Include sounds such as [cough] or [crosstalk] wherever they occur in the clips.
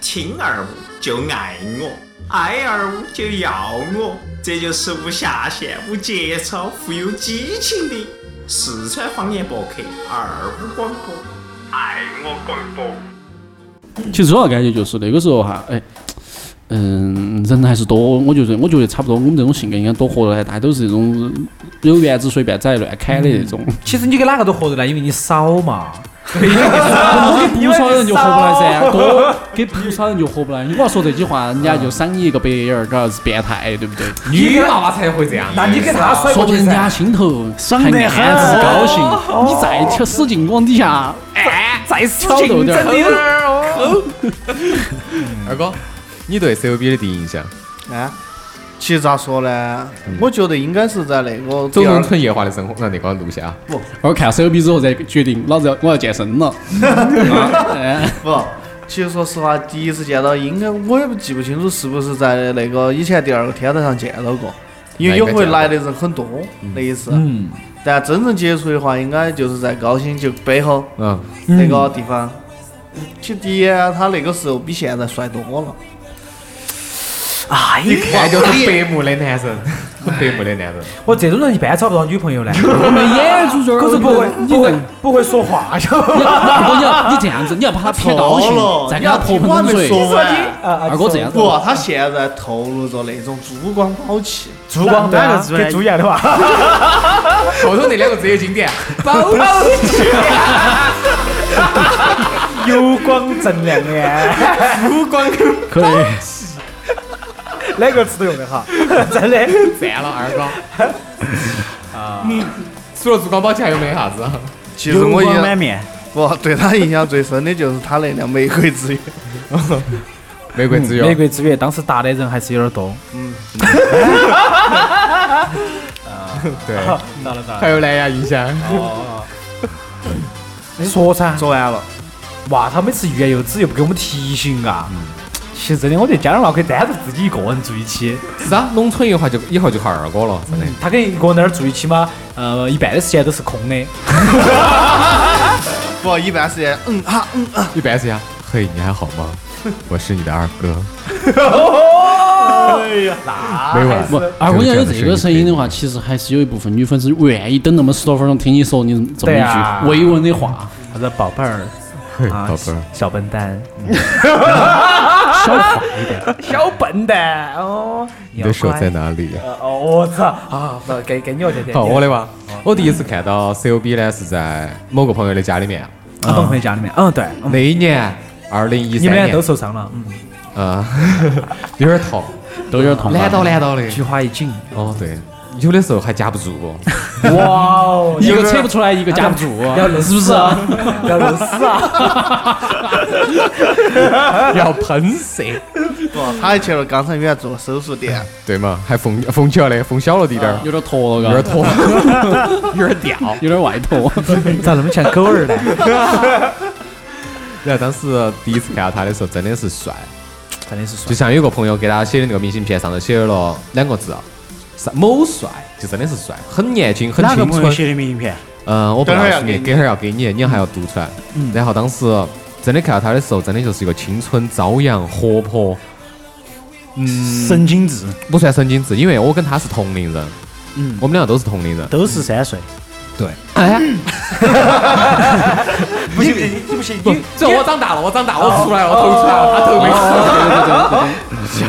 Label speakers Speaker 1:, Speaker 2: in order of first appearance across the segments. Speaker 1: 听二五就爱我，爱二五就要我，这就是无下限、无节操、富有激情的四川方言博客二五广播，爱我广播。
Speaker 2: 其实主要感觉就是那个时候哈，哎，嗯，人还是多，我觉得我觉得差不多，我们这种性格应该多活来，大家都是这种有原子随便宰乱砍的那种。
Speaker 3: 其实你跟哪个都合得来，因为你少嘛。嗯
Speaker 2: 给不少人就活不来
Speaker 3: [laughs]
Speaker 2: 噻，哥，给不少人就活不来。你光说这句话，人家就赏你一个白眼儿，嘎是变态，对不对？
Speaker 4: 女的娃娃才会这样。
Speaker 3: 那你给他甩
Speaker 2: 说
Speaker 3: 过
Speaker 2: 到
Speaker 3: 去
Speaker 2: 人家
Speaker 3: 噻，
Speaker 2: 心头，
Speaker 5: 爽
Speaker 2: 还
Speaker 5: 得
Speaker 2: 暗
Speaker 5: 很
Speaker 2: 自高兴。你再挑使劲往底下
Speaker 5: 再使
Speaker 2: 挑逗
Speaker 5: 劲
Speaker 2: 点
Speaker 5: 整
Speaker 2: 儿，
Speaker 4: 二哥，你对 COB 的第一印象？嗯
Speaker 5: 啊！其实咋说呢？我觉得应该是在那个
Speaker 4: 走
Speaker 5: 第
Speaker 4: 农
Speaker 5: 二
Speaker 4: 村夜话的生活，那那个录下。
Speaker 2: 我看 COB 之后再决定，老子要我要健身
Speaker 3: 哦
Speaker 2: 了。哎
Speaker 5: 不，其实说实话，第一次见到应该我也不记不清楚是不是在那个以前第二个天台上见到过，因为有回来的人很多那一次。
Speaker 3: 嗯，
Speaker 5: 但真正接触的话，应该就是在高新就背后
Speaker 4: 嗯，
Speaker 5: 那个地方。其实第一，啊他那个时候比现在帅多了。
Speaker 3: 哎
Speaker 5: 哎
Speaker 4: 一，看就是白目的男人，很 [laughs] 白目的男人。
Speaker 3: 我这种人一般找不到女朋友呢。
Speaker 2: 我没眼珠珠儿，
Speaker 3: 可是不会
Speaker 2: 你
Speaker 3: 不会
Speaker 2: 你
Speaker 3: 不会说话，晓得
Speaker 2: 你
Speaker 3: 吧？
Speaker 2: 不你要你这样子，你要把他撇高兴，再给他泼
Speaker 5: 我还
Speaker 2: 盆
Speaker 5: 没
Speaker 2: 冷水。
Speaker 5: 说完。
Speaker 3: 啊啊
Speaker 2: 二哥这样子
Speaker 5: 不，他现在投入着那种珠光宝气，
Speaker 3: 珠光对
Speaker 5: 哪
Speaker 3: 啊
Speaker 5: 个，珠
Speaker 3: 跟猪一样的 [laughs] 话。
Speaker 4: 后头那两个字也经典，包
Speaker 3: 油光锃亮 [laughs] 的，
Speaker 4: 珠光
Speaker 2: 可以，
Speaker 3: 哪个词都用得好， [laughs] 真的。
Speaker 4: 占了二哥。啊，
Speaker 5: [laughs] 嗯
Speaker 4: 除了珠光宝气还有没有啥子？啊
Speaker 5: 其实
Speaker 3: 油
Speaker 5: 我
Speaker 3: 光
Speaker 5: 印
Speaker 3: 满
Speaker 5: 象，
Speaker 3: 面，
Speaker 5: 我对他印象最深的就是他那辆玫瑰之约。
Speaker 4: 嗯玫瑰之
Speaker 3: 玫
Speaker 4: 约，
Speaker 3: 瑰之约当时搭的人还是有点多。
Speaker 4: 对，
Speaker 3: 到了到了，
Speaker 4: 还有蓝牙音箱。
Speaker 3: 你说噻，
Speaker 5: 说完了，
Speaker 3: 哇，他每次欲言又止，又不给我们提醒啊。其实真的，我觉得家长娃可以单独自己一个人住一起。
Speaker 4: 是啊，农村一话就以后就靠二哥了，真的。
Speaker 3: 他跟一个人在那儿住一起嘛，呃，一半的时间都是空的。
Speaker 5: 不，一般时间，嗯啊，嗯啊，
Speaker 4: 一般是呀，嘿，你还好吗？我是你的二哥。
Speaker 3: 哦，那
Speaker 4: 没完
Speaker 3: 还是
Speaker 2: 不，二姑娘有这个声音的话，其实还是有一部分女粉丝愿意等那么十多分钟听你说你这么
Speaker 3: 对
Speaker 2: 一
Speaker 3: 啊
Speaker 2: 句慰问的话。
Speaker 3: 啥子宝贝儿
Speaker 4: 嘿，
Speaker 3: 啊，
Speaker 4: 宝贝儿，
Speaker 3: 小笨
Speaker 4: [laughs]
Speaker 3: 蛋，
Speaker 2: 小话一点，
Speaker 3: [laughs] 小笨蛋哦，
Speaker 4: 你的手在？哪里？
Speaker 3: 哦，我操啊！不，给给你哦，姐姐。
Speaker 4: 好，我的吧。我第一次看到 COB 呢，是在某个朋友的家里面。
Speaker 3: 啊，朋友家里面，嗯，对，嗯
Speaker 4: 那一年，二零一
Speaker 3: 你
Speaker 4: 三
Speaker 3: 们俩
Speaker 4: 年
Speaker 3: 都，受伤了，嗯，
Speaker 4: 啊， [laughs] 有点痛，
Speaker 2: 都有点痛。
Speaker 4: 难倒难倒的。
Speaker 3: 菊花一紧，
Speaker 4: 哦，对，有的时候还夹
Speaker 3: [laughs]
Speaker 4: 不住。
Speaker 3: 哇哦，
Speaker 2: 一个扯不出来，一个架不住，
Speaker 3: 要弄
Speaker 2: 是不是？
Speaker 3: 啊？ [laughs] 要弄死啊！
Speaker 4: 要喷射，
Speaker 5: [laughs] 不，他还去了肛肠医院做了手术点。
Speaker 3: 嗯
Speaker 4: 对嘛？还缝缝起了的，缝小了滴点
Speaker 3: 啊
Speaker 4: 儿，
Speaker 2: 有点坨
Speaker 4: 有
Speaker 2: 了，
Speaker 4: 点
Speaker 2: 嘎，
Speaker 4: [laughs] 脱，有点掉。
Speaker 2: 有点外坨。
Speaker 3: [laughs] 咋那么像狗儿呢？
Speaker 4: 然后啊当时第一次看到他的时候，真的是帅，
Speaker 3: 真的是
Speaker 4: 就
Speaker 3: 帅，
Speaker 4: 像有个朋友给他写的那个明信片上头写了两个字，啊是某帅，就真的是帅，很年轻，很
Speaker 5: 哪个
Speaker 4: 青
Speaker 5: 朋友
Speaker 4: 春。
Speaker 5: 写的明信片？
Speaker 4: 嗯，我不
Speaker 5: 等会儿
Speaker 4: 告
Speaker 5: 要
Speaker 4: 诉
Speaker 5: 给
Speaker 4: 你，
Speaker 5: 你
Speaker 4: 等会儿要给你，你还要读出来。然后当时真的看到他的时候，真的就是一个青春朝阳、活泼，
Speaker 5: 神经质，
Speaker 4: 不算神经质，因为我跟他是同龄人，
Speaker 5: 嗯
Speaker 4: 我们两个都是同龄人。哎
Speaker 5: 都是三岁。
Speaker 3: 不行你不行，
Speaker 4: 不，这我长大了，我长大，我出来了，我头出来了，他头没出。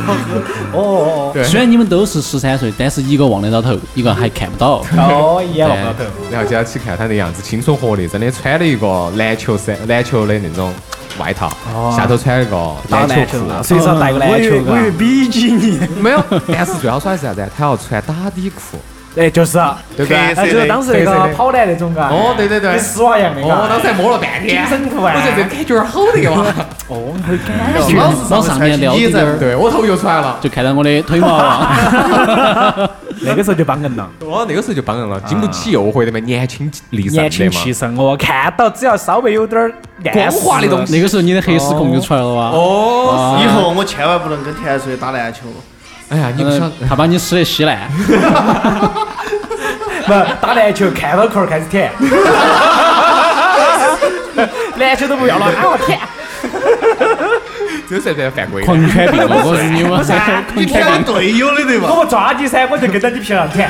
Speaker 3: 哦哦
Speaker 4: 对
Speaker 2: 虽然你们都是十三岁，但是一个望得到头，一个还看不到。
Speaker 3: 哦，哦，一眼望不到头，
Speaker 4: 然后就要去看他的样子，青春活力，真的穿了一个篮球衫、篮球的那种外套，
Speaker 3: 哦
Speaker 4: 下头穿了
Speaker 3: [laughs]
Speaker 4: 个篮
Speaker 3: 篮
Speaker 4: 球
Speaker 3: 球啊，
Speaker 4: 裤，
Speaker 3: 所以说带个篮球
Speaker 5: 我以为
Speaker 3: 啊，
Speaker 5: 比基尼，
Speaker 4: 没有。但是最好耍的是啥子？啊他要穿打底裤，
Speaker 3: 哎，就是啊，
Speaker 4: 对不
Speaker 3: [laughs]
Speaker 4: 对？
Speaker 5: 黑色
Speaker 3: 哎，就是当时那个跑男那种嘎，
Speaker 4: 哦，对对对
Speaker 3: 跟。丝袜一样的
Speaker 4: 哦，我
Speaker 3: 嘎
Speaker 4: 当，时还摸了半天，
Speaker 3: 紧身裤啊
Speaker 4: 我觉得这感觉好得
Speaker 3: [laughs]
Speaker 4: 哇。
Speaker 3: 哦，你会感
Speaker 2: 基本上往上面撩一点儿，
Speaker 4: 对我头就出来了。
Speaker 2: 就看到我的腿毛了。
Speaker 3: 那个时候就帮人了。
Speaker 4: 我哦那个时候就帮人了，经不起诱惑的嘛，年轻力
Speaker 3: 年轻
Speaker 4: 盛的
Speaker 3: 气
Speaker 4: 嘛，
Speaker 3: 盛，我看到只要稍微有点儿
Speaker 4: 光滑的东西。
Speaker 2: 那个时候你的黑丝控就出来了吧？
Speaker 4: 哦，
Speaker 5: 以后我千万不能跟田水打篮球。
Speaker 4: 哎呀，你不想
Speaker 2: 嗯，
Speaker 3: 呃
Speaker 2: 他把你撕得稀烂。
Speaker 3: 不打篮球看到壳儿开始
Speaker 4: [laughs]
Speaker 3: 舔，哎篮球都不要了，喊我舔。
Speaker 4: 有算不算犯规呢？
Speaker 2: 狂犬 [laughs] 病了，我是啊你们狂
Speaker 5: 你
Speaker 2: 犬
Speaker 5: 挑
Speaker 2: 病。
Speaker 5: 队友的对吧？
Speaker 3: 我不抓你噻，我就跟到你皮上舔。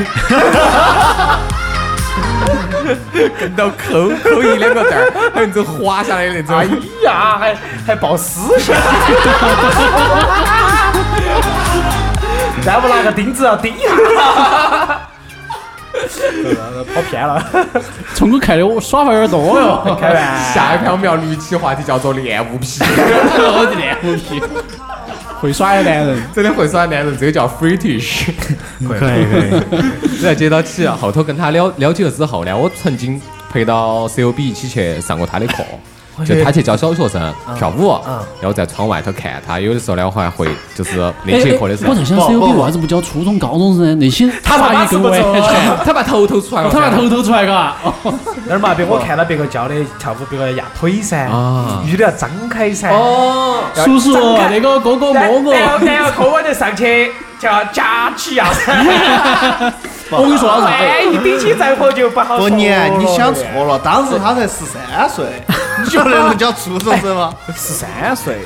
Speaker 4: 跟到抠抠一两个蛋儿，还有那种滑下来的那种。
Speaker 3: 哎 [laughs] 呀，还还抱私下， [laughs] 再不拿个钉子要钉一下。 [laughs] 跑偏了，
Speaker 2: 聪哥看的我耍法有点多 [laughs] 哟。
Speaker 3: [laughs] 开 [laughs] 玩笑。
Speaker 4: 下一盘我们要捋起话题，叫做恋物癖。
Speaker 2: 我的脸无皮，会耍的男人。
Speaker 4: 真的会耍男人，这个叫 British。
Speaker 2: 嗯
Speaker 3: 可以可以，
Speaker 4: 这要接到起，后头跟他了了解了之后呢，我曾经陪到 COB 一起去上过他的课。就他去教小学生
Speaker 2: 嗯
Speaker 4: 跳舞，然后在窗外头看他，有的时候呢，我还会就是那节课的时候
Speaker 2: 哎我，在想
Speaker 5: 不
Speaker 2: C U
Speaker 5: 不
Speaker 2: B 为啥子不教初中、高中生呢？那些
Speaker 3: 他爸
Speaker 2: 发
Speaker 3: 爸
Speaker 2: 育
Speaker 3: 是
Speaker 2: 更
Speaker 3: 不
Speaker 2: 完
Speaker 3: 错
Speaker 2: 全。
Speaker 4: 哎他把头头出来了，
Speaker 2: [laughs] 哦他把头头出来嘎，哦
Speaker 3: 那儿嘛，别我看到别个教的跳舞，别个压腿噻
Speaker 4: 啊，
Speaker 3: 女的要张开噻。
Speaker 4: 哦，
Speaker 3: 要
Speaker 2: 叔叔
Speaker 3: 张开
Speaker 2: 那个哥哥
Speaker 3: 然
Speaker 2: 摸
Speaker 3: 然后
Speaker 2: 我，
Speaker 3: 然后科我就上去叫夹起 [laughs] 啊，
Speaker 2: 我跟你说啥子？哎
Speaker 3: 哎，一比起战火就不好
Speaker 5: 伯
Speaker 3: 说
Speaker 5: 年，啊你想
Speaker 3: 了
Speaker 5: 错了，当时他才十三
Speaker 6: [laughs]
Speaker 5: 岁，你觉得能叫初中生吗？
Speaker 3: 十三岁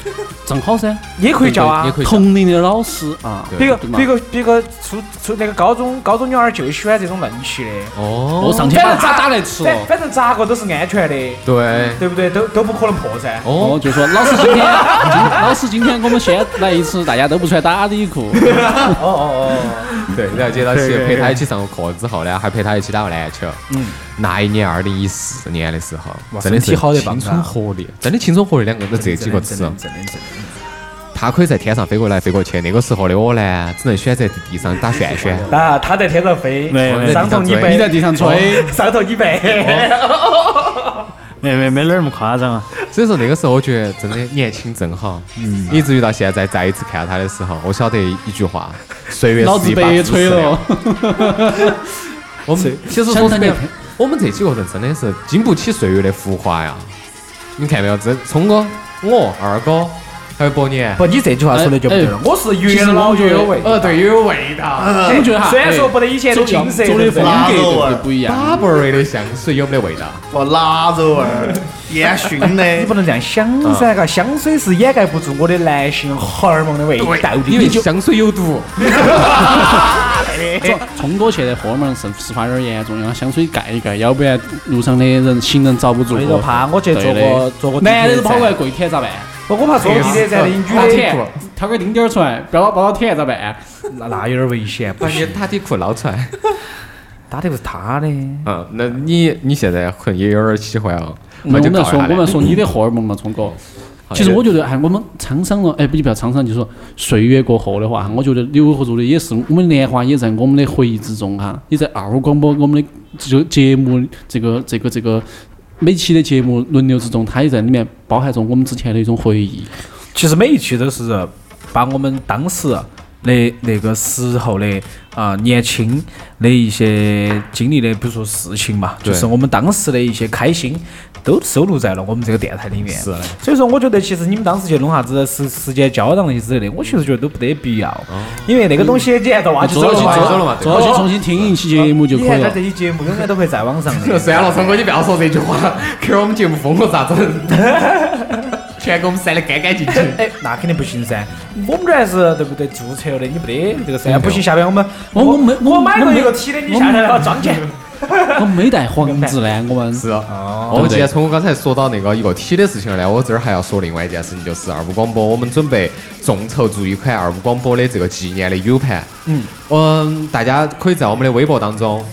Speaker 2: 正好噻，
Speaker 3: 也可以叫啊
Speaker 4: 也。可以
Speaker 2: 同龄的老师啊，
Speaker 4: 对
Speaker 3: 别个
Speaker 2: 对嘛
Speaker 3: 别个别个初初那个高中高中女儿就喜欢这种嫩气的，
Speaker 2: 我
Speaker 4: 哦，
Speaker 2: 上去
Speaker 3: 反
Speaker 2: 把
Speaker 3: 正
Speaker 2: 他
Speaker 3: 咋
Speaker 2: 打来吃哦
Speaker 3: 反
Speaker 2: 了。
Speaker 3: 反正咋个都是安全的，
Speaker 4: 对，
Speaker 3: 对不对？都都不可能破噻。
Speaker 2: 哦，
Speaker 4: 哦，
Speaker 2: 就说老师今天，老师今天我们先来一次，大家都不穿打底裤。
Speaker 3: 哦哦
Speaker 4: 对，然后接到
Speaker 3: 对
Speaker 4: 起
Speaker 3: 对对
Speaker 4: 陪他一起上过课之后呢，还陪他一起打过篮球。嗯，那一年二零一四年的时候，真的
Speaker 3: 身体
Speaker 4: 是
Speaker 3: 好得棒
Speaker 4: 青春
Speaker 3: 啊
Speaker 4: 活力，真的青春活力两个字，这几个词。
Speaker 3: 真的真的。
Speaker 4: 他可以在天上飞过来飞过去，那个时候的我呢，只能选择在地上打旋
Speaker 3: [laughs]
Speaker 4: 旋。
Speaker 3: [laughs] 那他在天上飞
Speaker 7: 没没，
Speaker 3: 上头你
Speaker 4: 对
Speaker 2: 你
Speaker 3: 背，
Speaker 2: 在地上吹，
Speaker 3: 上头你背。
Speaker 2: 哦
Speaker 7: 没没没那么夸张啊，
Speaker 4: 所以说那个时候我觉得真的年轻真好，嗯，以至于到现在再一次看到他的时候，我晓得一
Speaker 3: [laughs]
Speaker 4: 句话：岁月
Speaker 2: 老
Speaker 4: 是
Speaker 2: 子
Speaker 4: 一把
Speaker 2: 被
Speaker 4: 自私
Speaker 2: 吹
Speaker 4: 的
Speaker 2: 了。
Speaker 4: 我们其实
Speaker 2: 想
Speaker 4: 说真的
Speaker 2: 当年，
Speaker 4: 我们这几个人真的是经不起岁月的浮华呀。你看没有？这聪哥、我二哥还有伯
Speaker 3: [laughs]
Speaker 4: 年，
Speaker 3: 不，你这句话
Speaker 2: 说得就不对了
Speaker 3: 我是
Speaker 2: 哎其
Speaker 3: 越
Speaker 2: 实
Speaker 3: 老
Speaker 2: 我觉得
Speaker 3: 越有味。
Speaker 4: 呃，对，又有味道。
Speaker 3: [laughs]
Speaker 2: 哎我觉得哈，哎
Speaker 3: 虽然说不得以前的青涩，
Speaker 2: 走的
Speaker 3: 对不
Speaker 2: 风
Speaker 3: 哎
Speaker 2: 格
Speaker 3: 对
Speaker 5: 辣肉味
Speaker 2: 就
Speaker 5: 儿
Speaker 2: 会不一样。
Speaker 4: Burberry 的香水有没得味道？
Speaker 5: 我腊肉味儿，烟熏
Speaker 3: 你
Speaker 5: 的
Speaker 6: [laughs]
Speaker 3: 不，能这样想
Speaker 2: 啊
Speaker 3: 噻，嘎，香水是掩盖不住我的男性荷尔蒙的味道的。
Speaker 4: 因为香水有毒。
Speaker 2: 聪哥现在荷尔蒙是释放有点严重，要香水盖一盖，要不然路上的人行人遭不住
Speaker 3: 所以说。怕我去坐
Speaker 2: 对
Speaker 3: 过
Speaker 2: 的
Speaker 3: 坐过地铁
Speaker 2: 男人
Speaker 3: 噻
Speaker 2: 跑过来跪舔咋办？
Speaker 3: 不我怕坐过地铁站的女
Speaker 2: 拿
Speaker 3: 的，
Speaker 2: 舔，挑个钉钉儿出来，不要把我舔咋办？
Speaker 3: 那那有点危险，不
Speaker 4: 把你
Speaker 3: 行
Speaker 4: 的，打底裤捞出 [laughs] 来。
Speaker 3: 打的不是他的，
Speaker 4: 嗯，那你你现在可能也有点喜欢哦。
Speaker 2: 我
Speaker 4: 就
Speaker 2: 们
Speaker 4: 告
Speaker 2: 来
Speaker 4: 诉
Speaker 2: 说，
Speaker 4: 他
Speaker 2: 我
Speaker 4: 嘞
Speaker 2: 们来说你的荷尔蒙嘛，聪哥。其实我觉得，哎，我们沧桑了，哎，不，你不要沧桑，就说岁月过后的话，我觉得留合住的也是我们年华也在我们的回忆之中哈，也在二五广播我们的这个节目，这个这个这个每期的节目轮流之中，它也在里面包含着我们之前的一种回忆。
Speaker 7: 其实每一期都是把我们当时的那个时候的啊、年轻的一些经历的，比如说事情嘛，
Speaker 4: 对
Speaker 7: 就是我们当时的一些开心，都收录在了我们这个电台里面。
Speaker 4: 是的
Speaker 7: 所以说，我觉得其实你们当时去弄啥子时时间胶囊那些之类的，我其实觉得都不得必要，
Speaker 4: 哦
Speaker 3: 因为那个东
Speaker 4: 嗯
Speaker 3: 西你还在挖起
Speaker 2: 坐
Speaker 3: 走
Speaker 2: 到去
Speaker 4: 了
Speaker 3: 嘛
Speaker 4: 啊走了嘛
Speaker 2: 坐到去重新听一期节目就
Speaker 3: 哦你
Speaker 2: 可
Speaker 3: 看
Speaker 2: 以
Speaker 3: 在
Speaker 2: 了
Speaker 3: 这。些节目永远都会在网上
Speaker 4: [laughs]
Speaker 3: 的。
Speaker 4: 算了，聪哥，你不要说这句话， [laughs] 给我们节目封了咋整？ [laughs] 全给我们删得干干净净。
Speaker 3: 哎，那肯定不行噻！我们这还是对不对注册的，你不得这个噻。不行，下边我们
Speaker 2: 我我没
Speaker 3: 我
Speaker 2: 我
Speaker 3: 买过
Speaker 2: 我没
Speaker 3: 一个 T 的，你下来了装去。
Speaker 2: 我没带黄纸呢，我们
Speaker 4: 是哦，我们既然从我刚才说到那个一个体的事情了呢，我这儿还要说另外一件事情，就是二五广播，我们准备众筹做一款二五广播的这个纪念的 U 盘。嗯，嗯，大家可以在我们的微博当中。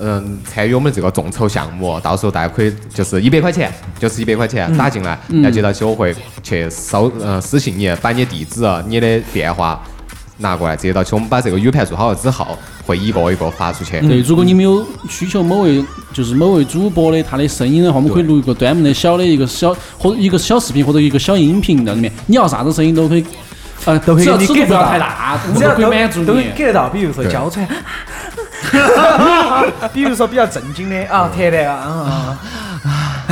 Speaker 4: 嗯，参与我们这个众筹项目，到时候大家可以就是一百块钱，就是一百块钱打进来，那接到起我会去搜呃私信你，把你地址、你的电话拿过来，接到起我们把这个 U 盘做好了之后，会一个一个发出
Speaker 3: 嗯
Speaker 4: 去。
Speaker 2: 对，如果你们有需求某位就是某位主播的他的声音的话，我们可以录一个专门的小的一个小或者一个小视频或者一个小音频在里面，你要啥子声音都可以，呃，
Speaker 3: 啊都可以
Speaker 2: 只要
Speaker 3: 给你
Speaker 2: 尺度不
Speaker 3: get
Speaker 2: 要
Speaker 3: 到
Speaker 2: 太大，我们
Speaker 3: 只
Speaker 2: 都
Speaker 3: 要
Speaker 2: 可以
Speaker 3: 都
Speaker 2: 满足
Speaker 3: 都
Speaker 2: 你。
Speaker 3: 给得到，比如说
Speaker 4: 对
Speaker 3: 娇喘， [laughs] 比如说比较正经的啊，甜的啊啊，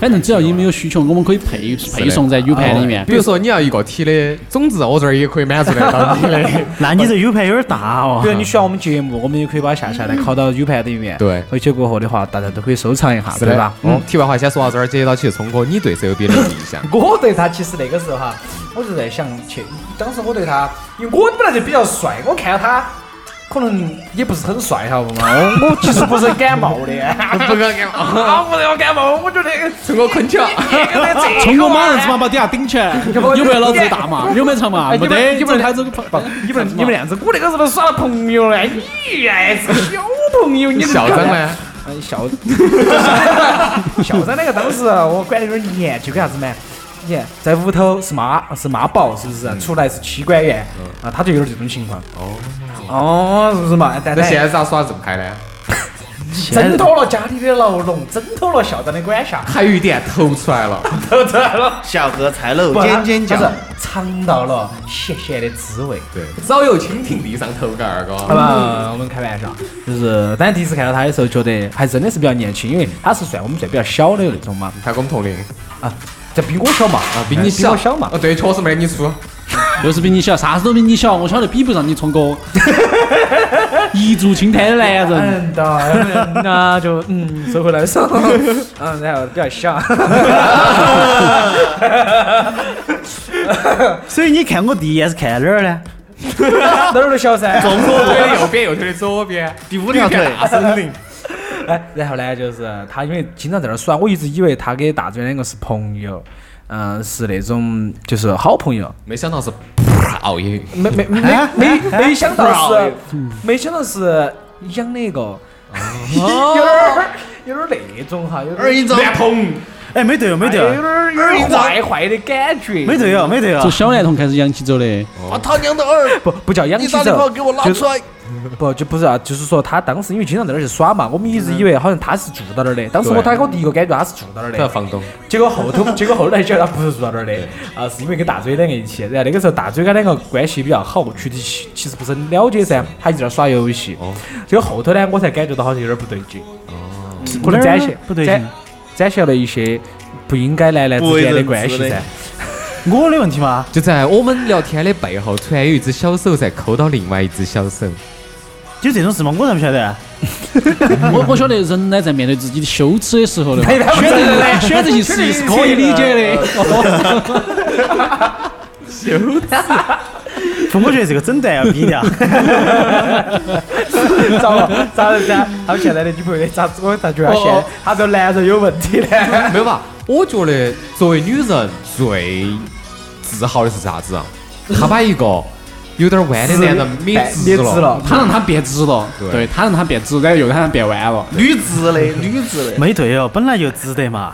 Speaker 2: 反正只要你们有需求，我们可以配配送
Speaker 3: 啊
Speaker 2: 在 U 盘里面。
Speaker 4: 比如说你要一个 T 的种子，哦我这儿也可以满足得到你的。
Speaker 6: 那你这 U 盘有点大哦
Speaker 3: 比。如你喜欢我们节目，我们也可以把它下下
Speaker 2: 嗯
Speaker 3: 来拷到 U 盘里面。
Speaker 4: 对
Speaker 3: 回去过后的话，大家都可以收藏一下，
Speaker 4: [laughs] 是
Speaker 3: 对
Speaker 4: 的
Speaker 3: 吧，？
Speaker 4: 嗯，题外话先说到这儿，接到起聪哥，你对 CUB 的印象？
Speaker 3: [laughs] 我对他其实那个时候哈，我就在想去，当时我对他，因为我本来就比较帅，我看到他可能也不是很帅，晓得嘛，我我其实不是很感冒
Speaker 2: [laughs]
Speaker 3: 的，
Speaker 4: [laughs] 不敢干嘛？
Speaker 3: 啊，我要感冒，我觉得那个
Speaker 4: [laughs] 聪哥困 [laughs] 起来。
Speaker 2: 冲哥马上芝麻把底下顶起来，有没有老子大嘛？有没有长嘛？
Speaker 3: 哎你
Speaker 2: 没
Speaker 3: 们
Speaker 2: 得，
Speaker 3: 你们
Speaker 2: 他这个
Speaker 3: 你们你们那样子，我那个时候耍了朋友呢，你哎是个小朋友，你
Speaker 4: 校长呢？
Speaker 3: 哎，校校长那个当时啊我管得有点严，就跟啥子嘛？你看在屋头是妈是妈宝，是不是？出来是妻管严啊，他就有点这种情况。哦，哦，是不是嘛？但
Speaker 4: 那
Speaker 3: 但
Speaker 4: 现在咋耍这么开呢？
Speaker 3: 挣脱了家里的牢笼，挣脱了校长的管辖，
Speaker 4: 还有一点头出来了，
Speaker 3: 走出来了。
Speaker 5: 小荷才露
Speaker 3: 不
Speaker 5: 尖尖角
Speaker 3: 他，是尝到了咸咸的滋味。嗯
Speaker 4: 对， [laughs] 早有蜻蜓地上头，嘎二哥。
Speaker 3: 好吧，我们开玩笑，就是当然第一次看到他的时候，觉得还真的是比较年轻，因为他是算我们算比较小的那种嘛，
Speaker 4: 他跟我们同龄
Speaker 3: 啊，这比我小嘛，
Speaker 4: 啊
Speaker 3: 啊，
Speaker 4: 比你
Speaker 3: 我
Speaker 4: 小
Speaker 3: 小嘛，
Speaker 4: 哦，对，确实没得你 [laughs] 粗。
Speaker 2: 就是比你小，啥子都比你小，我晓得比不上你聪
Speaker 3: [laughs]
Speaker 2: 哥。一柱擎天的男人，
Speaker 3: 嗯的，那就嗯，收回来说，嗯，然后比较小，
Speaker 6: 所以你看我第一眼是看哪儿呢？
Speaker 3: 哪儿都小噻。
Speaker 4: 中国腿的右边，右腿的左边，
Speaker 5: 第五条腿，
Speaker 3: 哎，然后呢，就是他因为经常在那儿耍，我一直以为他跟大嘴两个是朋友，嗯，是那种就是好朋友，
Speaker 4: 没想到是 [laughs] 奥运。
Speaker 3: 没没没
Speaker 5: 啊
Speaker 3: 没没想到是，
Speaker 5: 嗯
Speaker 3: 没想到是养那个，
Speaker 5: 哦
Speaker 3: [laughs] 有点儿有点儿那种哈，有点儿
Speaker 5: 二一周，
Speaker 6: 哎，没对哦，没对
Speaker 3: 有点
Speaker 6: 哦，
Speaker 3: 儿有点儿坏坏的感觉，
Speaker 6: 没对哦，没对
Speaker 2: 从
Speaker 6: 哦。
Speaker 2: 小男童开始养起走的。
Speaker 4: 哦
Speaker 5: 我他娘的二，
Speaker 3: 不不叫养
Speaker 5: 你
Speaker 3: 起
Speaker 5: 打电话
Speaker 3: 走，
Speaker 5: 给我拉出来，
Speaker 3: 不就不是啊，就是说他当时因为经常在那儿去耍嘛，我们一直以为好像他是住到那儿的，当时我
Speaker 4: 对
Speaker 3: 他给我第一个感觉他是住到那儿
Speaker 4: 他
Speaker 3: 的，
Speaker 4: 房东，
Speaker 3: 结果后头，结果后来晓得他不是住到那儿的，啊，是因为跟大嘴两个一起。然后那个时候大嘴跟他两个关系比较好，具体其其实不是很了解噻，他一直在那儿耍游戏。
Speaker 4: 哦
Speaker 3: 结果后头呢，我才感觉到好像有点不对劲。哦，可能
Speaker 6: 哪儿
Speaker 3: 展现
Speaker 6: 不对劲
Speaker 3: 展展现了一些不应该男男之间的关系
Speaker 5: 不
Speaker 3: 噻
Speaker 5: 为人知的。
Speaker 6: 我的问题吗？
Speaker 4: 就在我们聊天的背后，突然有一只小手在抠到另外一只小手。
Speaker 6: 有这种事吗？我咋不晓得啊？
Speaker 2: 我我晓得人呢，在面对自己的羞耻的时候的话，
Speaker 3: 没办法
Speaker 2: 选择选择性
Speaker 3: [laughs]
Speaker 2: 失忆是可以理解的。
Speaker 6: 不，我觉得这个诊断要低调。
Speaker 3: 咋了？咋了？噻？他们现在的女朋友咋子？我咋觉得他现在
Speaker 4: 哦
Speaker 3: 他这男人有问题呢？
Speaker 4: [laughs] 没有吧？我觉得作为女人最自豪的是啥子啊？她把一个有点弯的
Speaker 3: [laughs]
Speaker 4: 男人灭
Speaker 3: 灭
Speaker 4: 直
Speaker 3: 直
Speaker 4: 了。
Speaker 3: 哎了。
Speaker 2: 他让他变直了，
Speaker 4: 对
Speaker 2: 对他让他变直，然后又让他变弯了，
Speaker 5: 女字的，女字的，
Speaker 6: 没对哦，本来就值得嘛。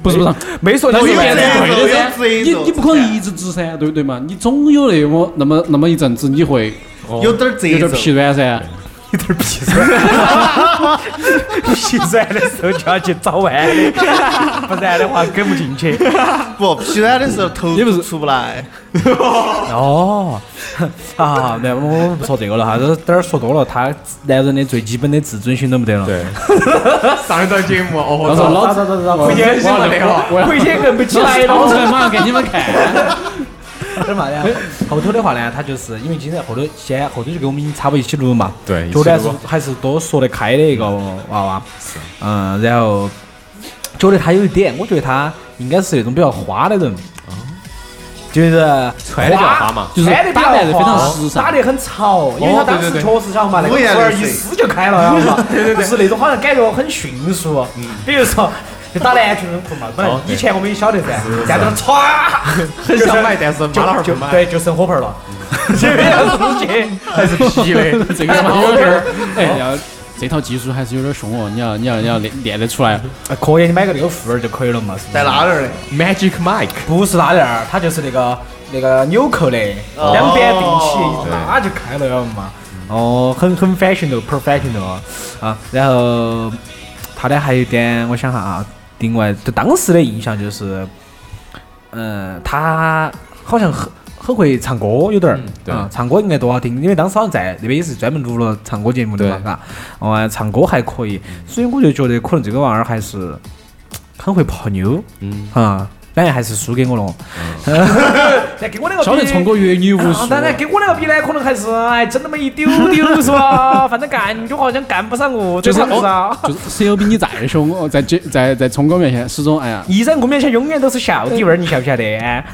Speaker 2: 不是不是，
Speaker 3: 没说你
Speaker 2: 他
Speaker 3: 是
Speaker 2: 又
Speaker 5: 有
Speaker 2: 变
Speaker 5: 点
Speaker 2: 成
Speaker 5: 儿
Speaker 2: 对的噻
Speaker 5: 有。点儿
Speaker 2: 你你不可能一直直噻，对不对嘛？你总有那么那么那么一阵子，你会
Speaker 5: 有点
Speaker 2: 有
Speaker 5: 褶
Speaker 2: 点
Speaker 5: 皱
Speaker 2: 疲。软噻。
Speaker 3: 心软的时候就要去找弯 [laughs] 的，不然的话跟不进去。
Speaker 5: 不，疲软的时候头
Speaker 2: 也不是
Speaker 5: 出不来，
Speaker 3: 哦，啊，那我不说这个了哈，这点儿说多了，他男人的最基本的自尊心都没得了。
Speaker 4: 对，上一档节目
Speaker 2: 到
Speaker 4: 哦
Speaker 2: 时候
Speaker 4: 操，
Speaker 2: 老子
Speaker 3: 回去
Speaker 4: 我忘了那个
Speaker 2: 我要
Speaker 3: 回去硬不起来
Speaker 2: 老子
Speaker 3: 了。
Speaker 2: 马上给你们 [laughs] 看。
Speaker 3: 是 [laughs] 嘛？然后哎后头的话呢，他就是因为今天后头先后头就跟我们已经差不多一起录嘛，
Speaker 4: 对
Speaker 3: 觉得还
Speaker 4: 一起
Speaker 3: 是
Speaker 4: 录
Speaker 3: 还是多说得开的一个娃娃。是，嗯，然后觉得他有一点，我觉得他应该是那种比较花的人。就是
Speaker 4: 哦穿得比较哦花嘛
Speaker 2: 就是
Speaker 3: 穿得比较
Speaker 2: 打扮得非常
Speaker 3: 花
Speaker 2: 时尚
Speaker 3: 打得很潮，因为他当时
Speaker 4: 对对对
Speaker 3: 确实想嘛，那个
Speaker 5: 五颜
Speaker 3: 裤儿
Speaker 5: 六
Speaker 3: 一
Speaker 5: 色
Speaker 3: 撕就开
Speaker 4: [laughs]
Speaker 3: 了，晓得嘛？对对对，是那种好像感觉很迅速，比如说就打篮球那种裤嘛，本来
Speaker 4: 嗯哦对
Speaker 3: 以前我们也晓得噻，在那儿歘，很
Speaker 4: 很想买，但是
Speaker 3: 就
Speaker 4: 妈老汉儿
Speaker 3: 就
Speaker 4: 不买，
Speaker 3: 对，就剩火盆儿
Speaker 4: [laughs]
Speaker 3: 了，这个样子去。 [laughs]
Speaker 4: 还是皮的。
Speaker 2: 这个有点儿，哎，要这套技术还是有点凶哦。你要你要你要练练得出来。
Speaker 3: 啊可以，你买个那个护儿就可以了啊嘛。
Speaker 5: 在哪儿嘞？
Speaker 4: Magic Mike，
Speaker 3: 不是拉链儿，它就是那个那个纽扣的，
Speaker 5: 哦
Speaker 3: 两边并起，一拉就开了，晓得嘛？
Speaker 4: 嗯
Speaker 3: 哦，很很 fashion 的，perfection 的哦啊。然后他呢还有一点，我想哈啊，另外对当时的印象就是，嗯，他好像很。很会唱歌，有点儿
Speaker 4: 嗯、对
Speaker 3: 啊，唱歌应该多好听，因为当时好像在那边也是专门录了唱歌节目的嘛，啊
Speaker 4: 对
Speaker 3: 嘎，哦，唱歌还可以，所以我就觉得可能这个娃儿还是很会泡妞，
Speaker 4: 嗯
Speaker 3: 啊，当然还是输给我了。
Speaker 6: 嗯
Speaker 3: [laughs] 那跟我那个比
Speaker 2: 晓得冲过越女无
Speaker 3: 啊
Speaker 2: 数。
Speaker 3: 当然跟我那个比呢，可能还是哎，真那么一丢丢是吧？
Speaker 6: [laughs]
Speaker 3: 反正干就好像干不上我，
Speaker 2: 就是
Speaker 3: 这样子
Speaker 2: 哦
Speaker 3: 啊。，
Speaker 2: 就是谁又比你再凶，哦，在这在在冲哥面前始终哎呀，
Speaker 3: 一在我面前永远都是小
Speaker 6: [laughs]
Speaker 3: 弟味儿，你晓不晓得？哎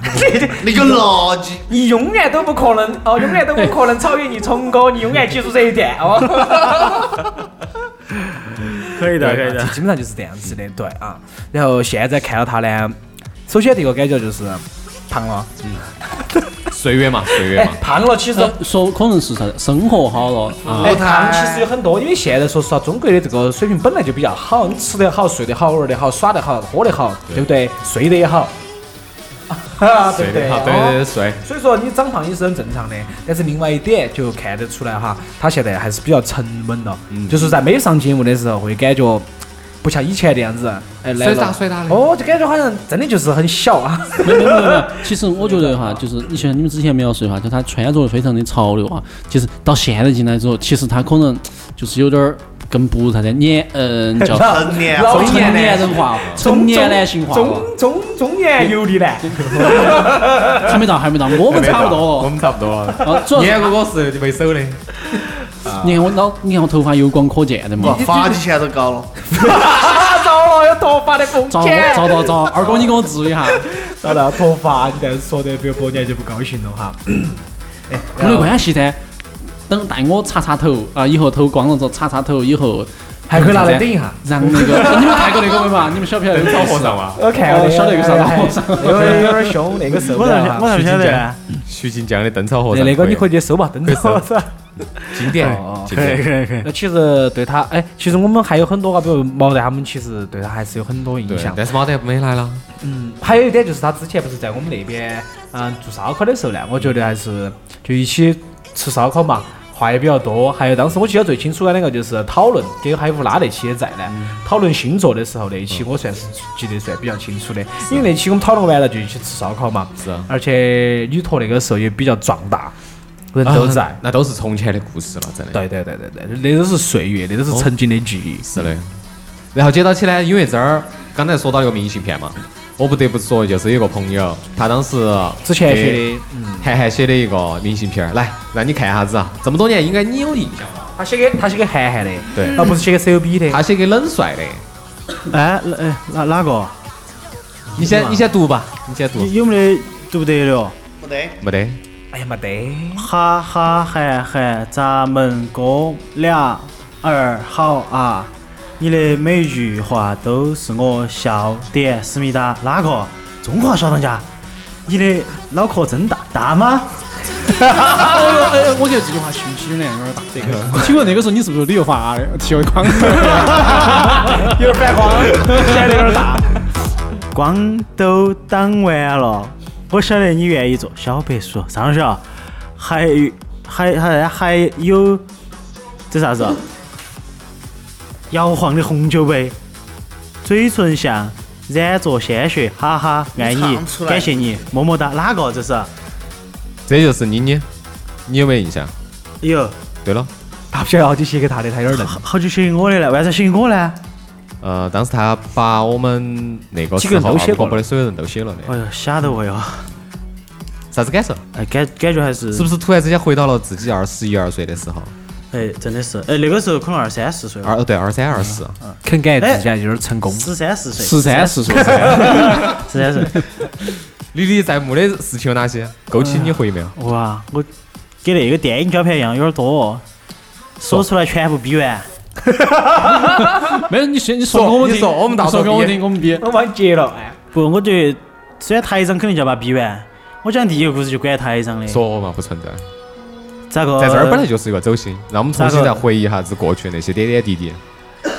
Speaker 5: 你个垃圾！
Speaker 3: 你永远都不可能哦，永远都不可能超越你聪哥，你永远记住这一点哦。
Speaker 6: [laughs] 可以的，可以的。
Speaker 3: 基本上就是这样子的，对啊。然后现在看到他呢，首先第一个感觉就是胖了，
Speaker 4: 岁月嘛，岁月
Speaker 3: 哎
Speaker 4: 嘛，，
Speaker 3: 胖了其实。
Speaker 2: 呃说可能是啥子，生活好了啊，
Speaker 3: 哎，胖其实有很多，因为现在说实话，中国的这个水平本来就比较好，你吃得好，睡得好，玩得好，耍得好，喝得好，对不对？睡得也好，啊，对
Speaker 4: 岁
Speaker 3: 不对？
Speaker 4: 月好，对
Speaker 3: 哦
Speaker 4: 对对，岁。
Speaker 3: 所以说你长胖也是很正常的，但是另外一点就看得出来哈，他现在还是比较沉稳了，就是在没上节目的时候会感觉不像以前那样子，哎，来
Speaker 4: 甩大
Speaker 3: 了，
Speaker 4: 甩大的，
Speaker 3: 哦，就感觉好像真的就是很小啊，
Speaker 2: 没没没没没。其实我觉得哈，就是以前你们之前描述的话，就他穿着的非常的潮流啊，其实到现在进来之后，其实他可能就是有点儿跟不如啥子年，嗯，叫
Speaker 3: [laughs]
Speaker 5: 成年啊
Speaker 3: 老
Speaker 2: 成年人化，成年男性化了，
Speaker 3: 中中中年油腻男，
Speaker 2: 还没到，还没到，我们差不
Speaker 4: 我
Speaker 2: 多。
Speaker 4: 们差不多了。
Speaker 2: 啊，主要是
Speaker 4: 严哥我是没手的，
Speaker 2: 你看我老，你看我头发油光可见的嘛
Speaker 5: 哇，，发际线都高了，
Speaker 3: 啊，糟了，有脱发的风
Speaker 2: 找
Speaker 3: 险，
Speaker 2: 找找找，二哥你给我治一下，
Speaker 3: 糟了，脱发，你但是说的，比如伯年就不高兴了 [coughs] 哈，哎
Speaker 2: 没得关系噻。等带我擦擦头啊，以后头光了之后擦擦头以后，
Speaker 3: 还可以拿来 [laughs] 顶一下。
Speaker 2: 让那个哦你们看过那个没嘛？你们晓不晓得那个
Speaker 4: 老
Speaker 2: 故事
Speaker 4: [laughs] 和尚嘛，
Speaker 3: 我看
Speaker 2: 哦
Speaker 3: 了，
Speaker 2: 晓得有啥子好上
Speaker 3: 有点有点凶，那个啊受不
Speaker 6: 我
Speaker 5: 啊
Speaker 3: 了
Speaker 6: 咋我
Speaker 3: 哈。
Speaker 6: 咋不晓
Speaker 4: 徐锦
Speaker 6: 得
Speaker 4: 江？徐锦江的灯草和
Speaker 3: 哎那
Speaker 4: 尚。
Speaker 3: 那个你回去搜吧，灯
Speaker 4: 可
Speaker 3: 草
Speaker 4: 以搜。经典
Speaker 3: 嗯哦，
Speaker 4: 经典。
Speaker 6: 可以可以。
Speaker 3: 那其实对他，哎，其实我们还有很多啊，比如毛蛋他们，其实对他还是有很多印
Speaker 4: 对
Speaker 3: 象，。
Speaker 4: 但是马德没来了。
Speaker 3: 还有一点就是他之前不是在我们那边，嗯，做烧烤的时候呢，我觉得还是就一起吃烧烤嘛，话也比较多。还有当时我记得最清楚的那个就是讨论，跟海乌拉那期也在呢，讨论星座的时候那一
Speaker 4: 嗯
Speaker 3: 期我算是记得算比较清楚的，因为那期我们讨论完了就一起吃烧烤嘛，
Speaker 4: 是啊
Speaker 3: 而且女托那个时候也比较壮大，人都在。
Speaker 4: 啊那都是从前的故事了，真的。
Speaker 3: 对对对对对，那都是岁月，那都是曾经的记忆。
Speaker 4: 是的。然后接到起呢，因为这儿刚才说到一个明信片嘛，我不得不说，就是有个朋友，他当时
Speaker 3: 之前写
Speaker 4: 给
Speaker 3: 的，嗯，
Speaker 4: 韩寒写的一个明信片儿，来让你看下子啊，这么多年应该你有印象吧？
Speaker 3: 他写给他写给韩寒的，
Speaker 4: 对
Speaker 3: 啊，不是写给 COB 的。
Speaker 4: 嗯他写给冷帅的，
Speaker 6: 哎，那哎，哪哪个？
Speaker 4: 你先你先读吧，你先
Speaker 6: 有
Speaker 4: 读，
Speaker 6: 有没得读不得了？
Speaker 5: 不对，
Speaker 4: 没得，
Speaker 3: 哎呀，没得，
Speaker 6: 哈哈韩寒，咱们哥俩儿好啊！你的每一句话都是我笑点。思密达哪个？中华小当家？你的脑壳真大大吗？
Speaker 2: 哎呦哎呦，我觉得这句话信息量有点大。这个，请问那个时候你是不是理由发的？剃了光头？
Speaker 3: 有点反光，显得有点大。
Speaker 6: 光都挡完了，我晓得你愿意做小白鼠。上去啊，还有还还还有这啥子啊？摇晃的红酒杯，嘴唇像染着鲜血，哈哈，爱
Speaker 5: 你
Speaker 6: 你
Speaker 5: 唱出，来
Speaker 6: 感谢你，么么哒。哪个这是？哎
Speaker 4: 这就是妮妮，你有没有印象？
Speaker 6: 哟，
Speaker 4: 对了，
Speaker 3: 他不晓得好久写给他的，他有点愣。
Speaker 6: 好好久写给我的了，为啥写给我呢？
Speaker 4: 呃，当时他把我们那个
Speaker 3: 几个
Speaker 4: 时
Speaker 3: 人
Speaker 4: 候啊
Speaker 3: 都写
Speaker 4: 广
Speaker 3: 过嗯
Speaker 4: 播的所有人都写了
Speaker 6: 哎
Speaker 4: 的，
Speaker 6: 呦，吓得我哟！
Speaker 4: 啥子感受？
Speaker 6: 哎，感感觉还是
Speaker 4: 是不是突然之间回到了自己二十一二岁的时候？
Speaker 6: 哎，真的是哎，那个时候可能二三十岁吧，
Speaker 4: 二哦对二三二四，
Speaker 3: 肯感觉自己还有点成功。
Speaker 6: 十三四岁，
Speaker 2: 十三四岁，
Speaker 3: [laughs]
Speaker 6: 十三岁。
Speaker 4: 历历在目的事情有哪些？勾起你回忆没有？
Speaker 6: 哇，我跟那个电影胶片一样，有点多、哦，说出来全部比完。
Speaker 2: [laughs] 没有你先你说给
Speaker 4: 说
Speaker 2: 我们听，
Speaker 4: 你说我们到时
Speaker 2: 说
Speaker 4: 候
Speaker 2: 给我
Speaker 4: 比
Speaker 2: 听，我们比。
Speaker 3: 我帮你截了，哎，
Speaker 6: 不，我觉得虽然台长肯定就要把它比完，我讲第一个故事就管台长的。
Speaker 4: 说嘛不存在，
Speaker 6: 咋个？
Speaker 4: 在这儿本来就是一个走心，让我们重新再回忆一下子过去那些点点滴滴。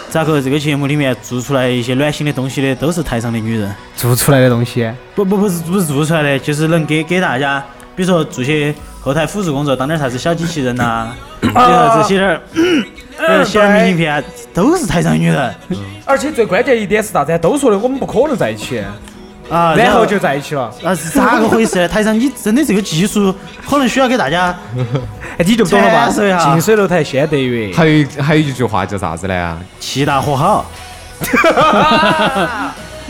Speaker 6: 咋个？这个节目里面做出来一些暖心的东西的，都是台上的女人。
Speaker 3: 做出来的东西，
Speaker 6: 不不不是不是做出来的，就是能给给大家，比如说做些后台辅助工作，当点啥子小机器人呐、 [coughs] 比如啥子写点儿，呃写点儿明信片啊，都是台上的女人
Speaker 3: 而且最关键一点是啥子？都说的我们不可能在一起，
Speaker 6: 啊。
Speaker 3: 然后就在一起了，
Speaker 6: 啊是咋个回事呢？台上你真的这个技术可能需要给大家
Speaker 3: 哎，你就不懂了吧？
Speaker 6: 全是呀
Speaker 3: 近水楼台先得月，
Speaker 4: 还有
Speaker 6: [laughs]
Speaker 4: 一还有一句话叫啥子呢？
Speaker 6: 七大和好。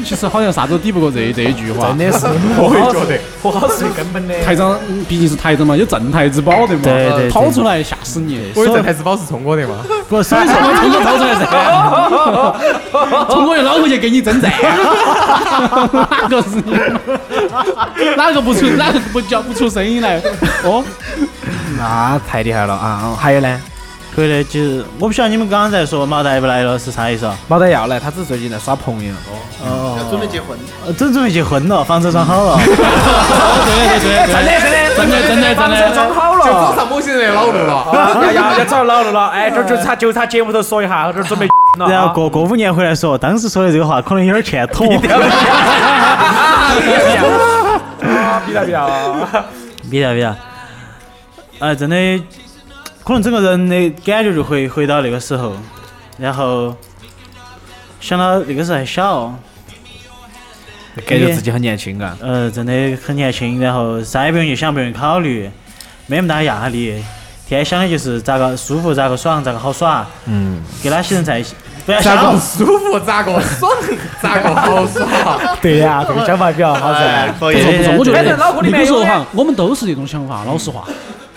Speaker 2: 其实好像啥子都抵不过这这一句话。
Speaker 3: 真的 [laughs] 是，
Speaker 4: 我会觉得
Speaker 3: 和好是最 [laughs] 根本的。
Speaker 2: 台长嗯毕竟是台长嘛，有镇台之宝的嘛，
Speaker 6: 对对对
Speaker 2: 掏出来吓死你！
Speaker 4: 我以为这台之宝是聪哥的嘛，
Speaker 6: 不，所以
Speaker 2: 为什
Speaker 6: 说 [laughs]
Speaker 2: 么从我掏出来噻？从我又捞回去给你征战，哪个是你？哪个不出哪个不叫不出声音来？哦，
Speaker 3: 那太厉害了啊！还有呢，
Speaker 6: 可以的，就是我不晓得你们刚刚在说毛大不来了是啥意思啊？
Speaker 3: 毛蛋要来，他只是最近在耍朋友。
Speaker 5: 要准备结婚，
Speaker 6: 呃真准备结婚了，房子装好了，
Speaker 2: 对对对对，真
Speaker 3: 哎
Speaker 2: 的真的真的真的。
Speaker 3: 好
Speaker 4: 就走上某些人的老路了。
Speaker 3: 要要要找老路 [laughs] 了，哎，这就他就他节目头说一下，这准 [laughs] 备了
Speaker 4: 啊
Speaker 6: 然后过过五年回来说，当时说的这个话可能有点欠
Speaker 4: [laughs]
Speaker 6: 妥。
Speaker 3: 啊，比了比了，
Speaker 6: 比较比较，哎，真的，可能整个人的感觉就回回到那个时候，然后想到那个时候还小，
Speaker 3: 感觉自己很年轻啊。
Speaker 6: 呃，真的很年轻，然后啥也不用去想，不用去考虑，没那么大压力，天天想的就是咋个舒服，咋个爽，咋个好耍，
Speaker 3: 嗯，
Speaker 6: 跟哪些人在一起，不要
Speaker 4: 咋
Speaker 6: 想
Speaker 4: 个，舒服咋个爽咋个好爽，
Speaker 3: 对呀，这个想法比较好
Speaker 4: 哎
Speaker 3: 噻。
Speaker 5: 可
Speaker 2: 不错不错，我觉
Speaker 3: 反正脑
Speaker 2: 得
Speaker 3: 壳
Speaker 2: 你
Speaker 3: 里
Speaker 2: 比
Speaker 3: 面
Speaker 2: 如说
Speaker 3: 有
Speaker 2: 哈，我们都是这种想法，老实话，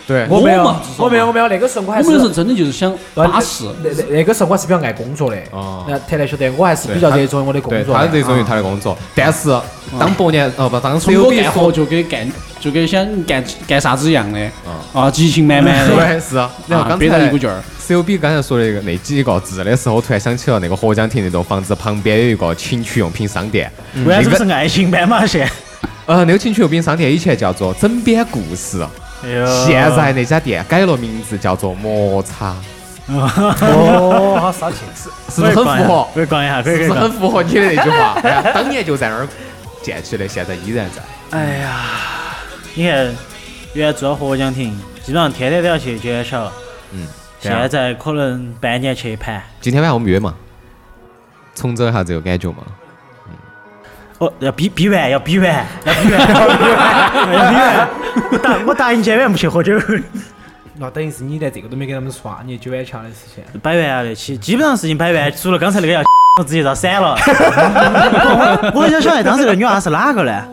Speaker 4: 对，
Speaker 3: [laughs] 我没有
Speaker 2: 我嘛，
Speaker 3: 我没有，我没有。那个时候我还
Speaker 2: 我
Speaker 3: 是
Speaker 2: 们有时候真的就是想巴适。
Speaker 3: 那那那个时候我还是比较爱工作的。
Speaker 4: 哦
Speaker 3: 那特来晓得，我还是
Speaker 4: 对
Speaker 3: 比较
Speaker 4: 他
Speaker 3: 热衷于我的工
Speaker 4: 对
Speaker 3: 作。啊
Speaker 4: 他热衷于他的工作，但是当伯年哦不，当时
Speaker 2: 从
Speaker 4: 有
Speaker 2: 我
Speaker 4: 别
Speaker 2: 干
Speaker 4: 说
Speaker 2: 活就跟干就跟想干干啥子一样的
Speaker 4: 嗯，
Speaker 2: 啊，激情满满的，
Speaker 4: [laughs] 对是啊，然后
Speaker 2: 啊，
Speaker 4: 刚
Speaker 2: 憋到一股
Speaker 4: 才。
Speaker 2: 劲儿。
Speaker 4: C O B 刚才说的那个那几个字的时候，我突然想起了那个合江亭那栋房子旁边有一个情趣用品商店，
Speaker 6: 为啥子不是爱情斑马线？
Speaker 4: 呃，那个情趣用品商店以前叫做枕边故事，
Speaker 6: 哎呦
Speaker 4: 现在那家店改了名字叫做摩擦，
Speaker 3: 哦，好骚气！
Speaker 4: 是不是很符合？
Speaker 6: 可以逛一下，可以可
Speaker 4: 是
Speaker 6: 以
Speaker 4: 不是
Speaker 6: 逛
Speaker 4: 很。符合你的那句话？哎 [laughs] 呀当年就在那儿建起的，现在依然在。
Speaker 6: 哎呀，你看，原来住到合江亭，基本上天天都要去九眼桥。
Speaker 4: 嗯，对啊
Speaker 6: 现在可能半年去一盘。
Speaker 4: 今天晚上我们约嘛，重走一下这个感觉嘛。
Speaker 6: 哦，要比比完，要比完，要比完，要比完，要比完。我答我答应今晚不去喝酒，
Speaker 3: 那等于是你连这个都没给他们耍，你九眼桥的事情。
Speaker 6: 摆完了那期，基本上事情摆完，除了刚才那个要，我直接遭闪了。我很想晓得当时那个女娃是哪个呢？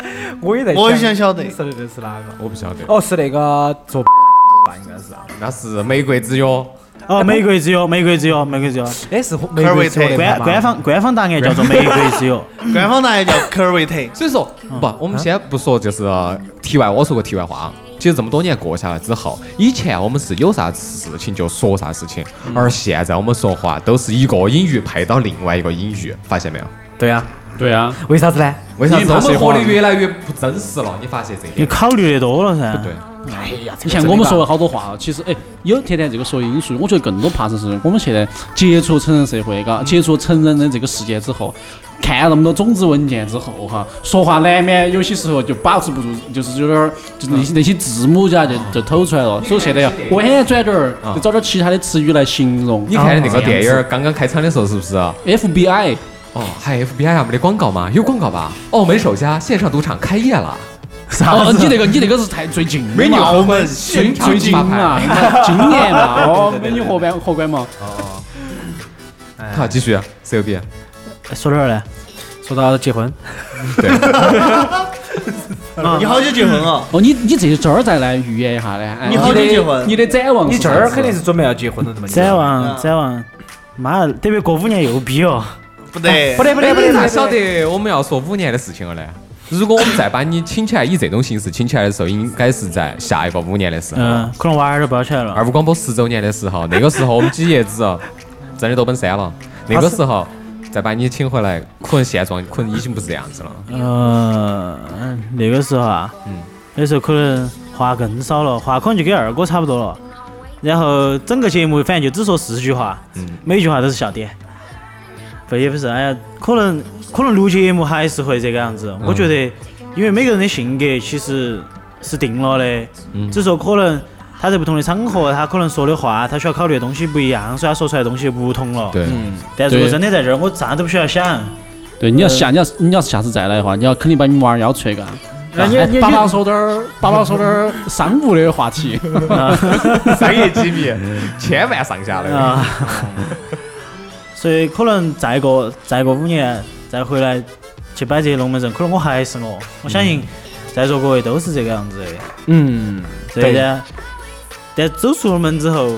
Speaker 3: 我也在
Speaker 5: 我也想晓得
Speaker 3: 你说的这是哪个？
Speaker 4: 我不晓得，
Speaker 3: 哦，是那个做吧，应该是啊。
Speaker 4: 那是玫瑰之约，
Speaker 6: 哦，玫瑰之友，玫瑰之友，玫瑰之友，
Speaker 3: 哎，是玫
Speaker 5: 科尔
Speaker 3: 瑰
Speaker 5: 维
Speaker 3: 车
Speaker 5: 特
Speaker 3: 的
Speaker 6: 官
Speaker 3: 吗
Speaker 6: 官方官方答案叫做玫瑰之友。
Speaker 5: 官方答案叫科尔维特，
Speaker 4: 所以说不，我们先不说，就是呃题外，我说个题外话啊。其实这么多年过下来之后，以前我们是有啥事情就说啥事情，而现在我们说话都是一个隐喻配到另外一个隐喻，发现没有？
Speaker 3: 对呀，
Speaker 2: 对啊，
Speaker 3: 为啥子呢？
Speaker 4: 为啥子
Speaker 2: 怕
Speaker 4: 我
Speaker 2: 谁
Speaker 4: 们活
Speaker 2: 黄
Speaker 4: 得越来越不真实了？你发现这一
Speaker 6: 你
Speaker 4: 点？
Speaker 6: 考虑的多了噻。
Speaker 4: 对，
Speaker 2: 你像我们说了好多话啊，其实哎，有天天这个说因素，我觉得更多怕是是我们现在接触成人社会，嘎，
Speaker 4: 嗯
Speaker 2: 接触成人的这个世界之后，看了那么多种子文件之后哈，说话难免有些时候就把持不住，就是有点儿，就是那些
Speaker 4: 嗯
Speaker 2: 那些字母家就就吐出来了，所以现在要婉转点儿，就找点其他的词语来形容。
Speaker 4: 嗯
Speaker 2: 啊
Speaker 4: 你看的那个电影儿刚刚开场的时候是不是？ [laughs]
Speaker 2: FBI，
Speaker 4: 哦，还有 FBI 我们的广告吗？有广告吧？澳门首家线上赌场开业了，
Speaker 2: 哦，你那个你那个是太最近的嘛，
Speaker 4: 澳门
Speaker 2: 最最近嘛，今年
Speaker 4: [laughs]
Speaker 2: 嘛，哦，美女荷官荷官嘛，
Speaker 4: 好，继续，C O B。
Speaker 6: 说哪儿呢？
Speaker 3: 说到结婚，
Speaker 4: 对，
Speaker 5: 你好久结婚啊？
Speaker 2: 哦，你你这这儿再来预言一下呢？哎
Speaker 5: 你好久结婚
Speaker 2: 你的展望
Speaker 3: 你
Speaker 2: 是啥
Speaker 3: 这
Speaker 2: 子？
Speaker 3: 儿肯定是准备要结婚了的嘛？你
Speaker 6: 展
Speaker 5: 嗯
Speaker 6: 望展望，妈，特别过五年又逼哦。
Speaker 5: 不得，
Speaker 3: 不得不
Speaker 4: 那
Speaker 3: 得不
Speaker 4: 你
Speaker 3: 得，
Speaker 4: 咋
Speaker 3: 不
Speaker 4: 晓得我们要说五年的事情了呢？如果我们再把你请起来，以这种形式请起来的时候，应该是在下一个五年的时候，
Speaker 6: 嗯，可能娃儿都包起来了。
Speaker 4: 二五广播十周年的时候，那个时候我们几爷子哦真的都奔三了，那个时候再把你请回来，可能现状可能已经不是这样子了。
Speaker 6: 嗯，那个时候啊，
Speaker 4: 嗯
Speaker 6: 那时候可能话更少了，话可能就跟二哥差不多了。然后整个节目反正就只说四句话，
Speaker 4: 嗯，
Speaker 6: 每一句话都是笑点。不也不是，哎呀，可能可能录节目还是会这个样子。
Speaker 4: 嗯
Speaker 6: 我觉得，因为每个人的性格其实是定了的，
Speaker 4: 嗯
Speaker 6: 只是说可能他在不同的场合，他可能说的话，他需要考虑的东西不一样，所以他说出来的东西不同了。。
Speaker 4: 对，
Speaker 6: 但如果
Speaker 2: 对
Speaker 6: 真的在这儿，我啥都不需
Speaker 4: [laughs]
Speaker 6: 要想，
Speaker 2: 对，你要下你要你要是下次再来的话，你要肯定把你娃儿邀出来干。
Speaker 6: 那你
Speaker 2: 哎
Speaker 6: 你
Speaker 2: 爸爸说点儿，爸爸说点
Speaker 3: [laughs]
Speaker 2: 儿商务的话题。
Speaker 4: 商业机密，千万上下的。
Speaker 6: [laughs] 啊，所以可能再过再过五年再回来，去摆这些龙门阵，可能我还是我，我相信在座各位都是这个样子的，
Speaker 3: 嗯，
Speaker 6: 对的。但走出了门之后，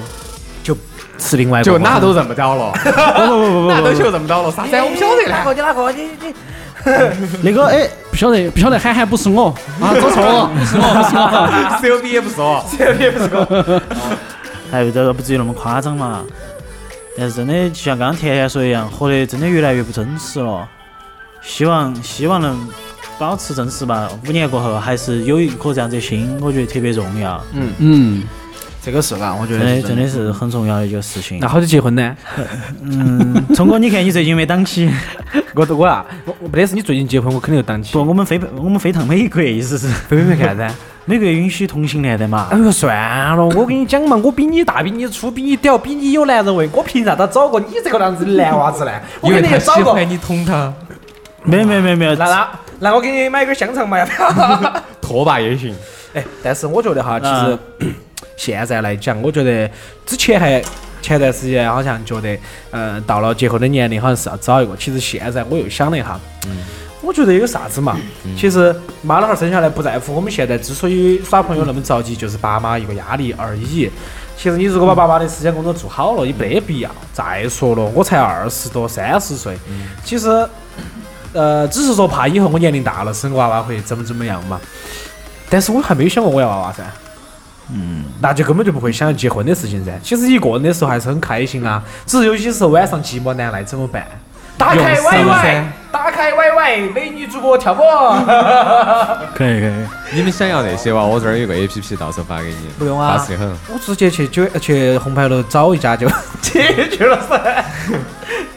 Speaker 3: 是另外一个
Speaker 4: 就
Speaker 3: 话
Speaker 4: 那都认不到了，那都就认不到了，
Speaker 6: 啊
Speaker 4: 啥子？我不晓得呢。
Speaker 6: 那个哎，
Speaker 2: 不晓得不晓得，喊喊不是我啊，走错了，不是我，不是我。
Speaker 4: C O B 也不是我，
Speaker 6: 还有点哎不至于那么夸张嘛。但是真的就像刚刚甜甜说的一样，活得真的越来越不真实了。希望希望能保持真实吧。五年过后还是有一颗这样子的心，我觉得特别重要，
Speaker 2: 嗯，
Speaker 3: 这个是吧？我觉
Speaker 6: 真
Speaker 3: 得
Speaker 6: 的
Speaker 3: 是
Speaker 6: 真的。是很重要的一个事情
Speaker 3: 那。好久结婚呢？
Speaker 6: 嗯，聪哥，你看你最近没档期？
Speaker 3: 我我啊，我我没得事，你最近结婚，我肯定就当起。
Speaker 6: 不，我们飞我们飞趟美国，意思是
Speaker 3: 飞没干啥子？
Speaker 6: 美国允许同性恋的嘛
Speaker 3: 哎？呦，算了，我跟你讲嘛，我比你大，比你粗，比你屌，比你有男人味，我凭啥子找个你这个样子的男娃子呢？我
Speaker 4: 因为
Speaker 3: 肯定
Speaker 4: 他
Speaker 3: 要找
Speaker 4: 喜
Speaker 3: 个。
Speaker 4: 欢你捅他，
Speaker 6: 没有没有没有没有，
Speaker 3: 那那那我给你买根香肠嘛，要不要？
Speaker 4: 拖把也行。
Speaker 3: 哎，但是我觉得哈，其实 [coughs] 现在来讲，我觉得之前还前段时间好像觉得，嗯，到了结婚的年龄，好像是要找一个。其实现在我又想了一下，我觉得有啥子嘛？其实妈老汉儿生下来不在乎，我们现在之所以耍朋友那么着急，就是爸妈一个压力而已。其实你如果把爸妈的思想工作做好了，也没必要。啊再说了，我才二十多、三十岁，其实，呃，只是说怕以后我年龄大了生个娃娃会怎么怎么样嘛。但是我还没有想过我要娃娃噻。嗯，那就根本就不会想要结婚的事情噻。其实一个人的时候还是很开心啊，只是有些时候晚上寂寞难耐怎么办？打
Speaker 4: 用
Speaker 3: 开
Speaker 4: 上
Speaker 3: YY，
Speaker 4: 噻
Speaker 3: 打开 YY，美女主播跳舞。
Speaker 6: 可以可以，
Speaker 4: 你们想要那些哇？我这儿有个 A P P，到时候发给你。
Speaker 3: 不用啊
Speaker 4: 巴适得很。
Speaker 3: [laughs] 我直接去酒去红牌楼找一家就 [laughs] 解决了 [laughs] 噻，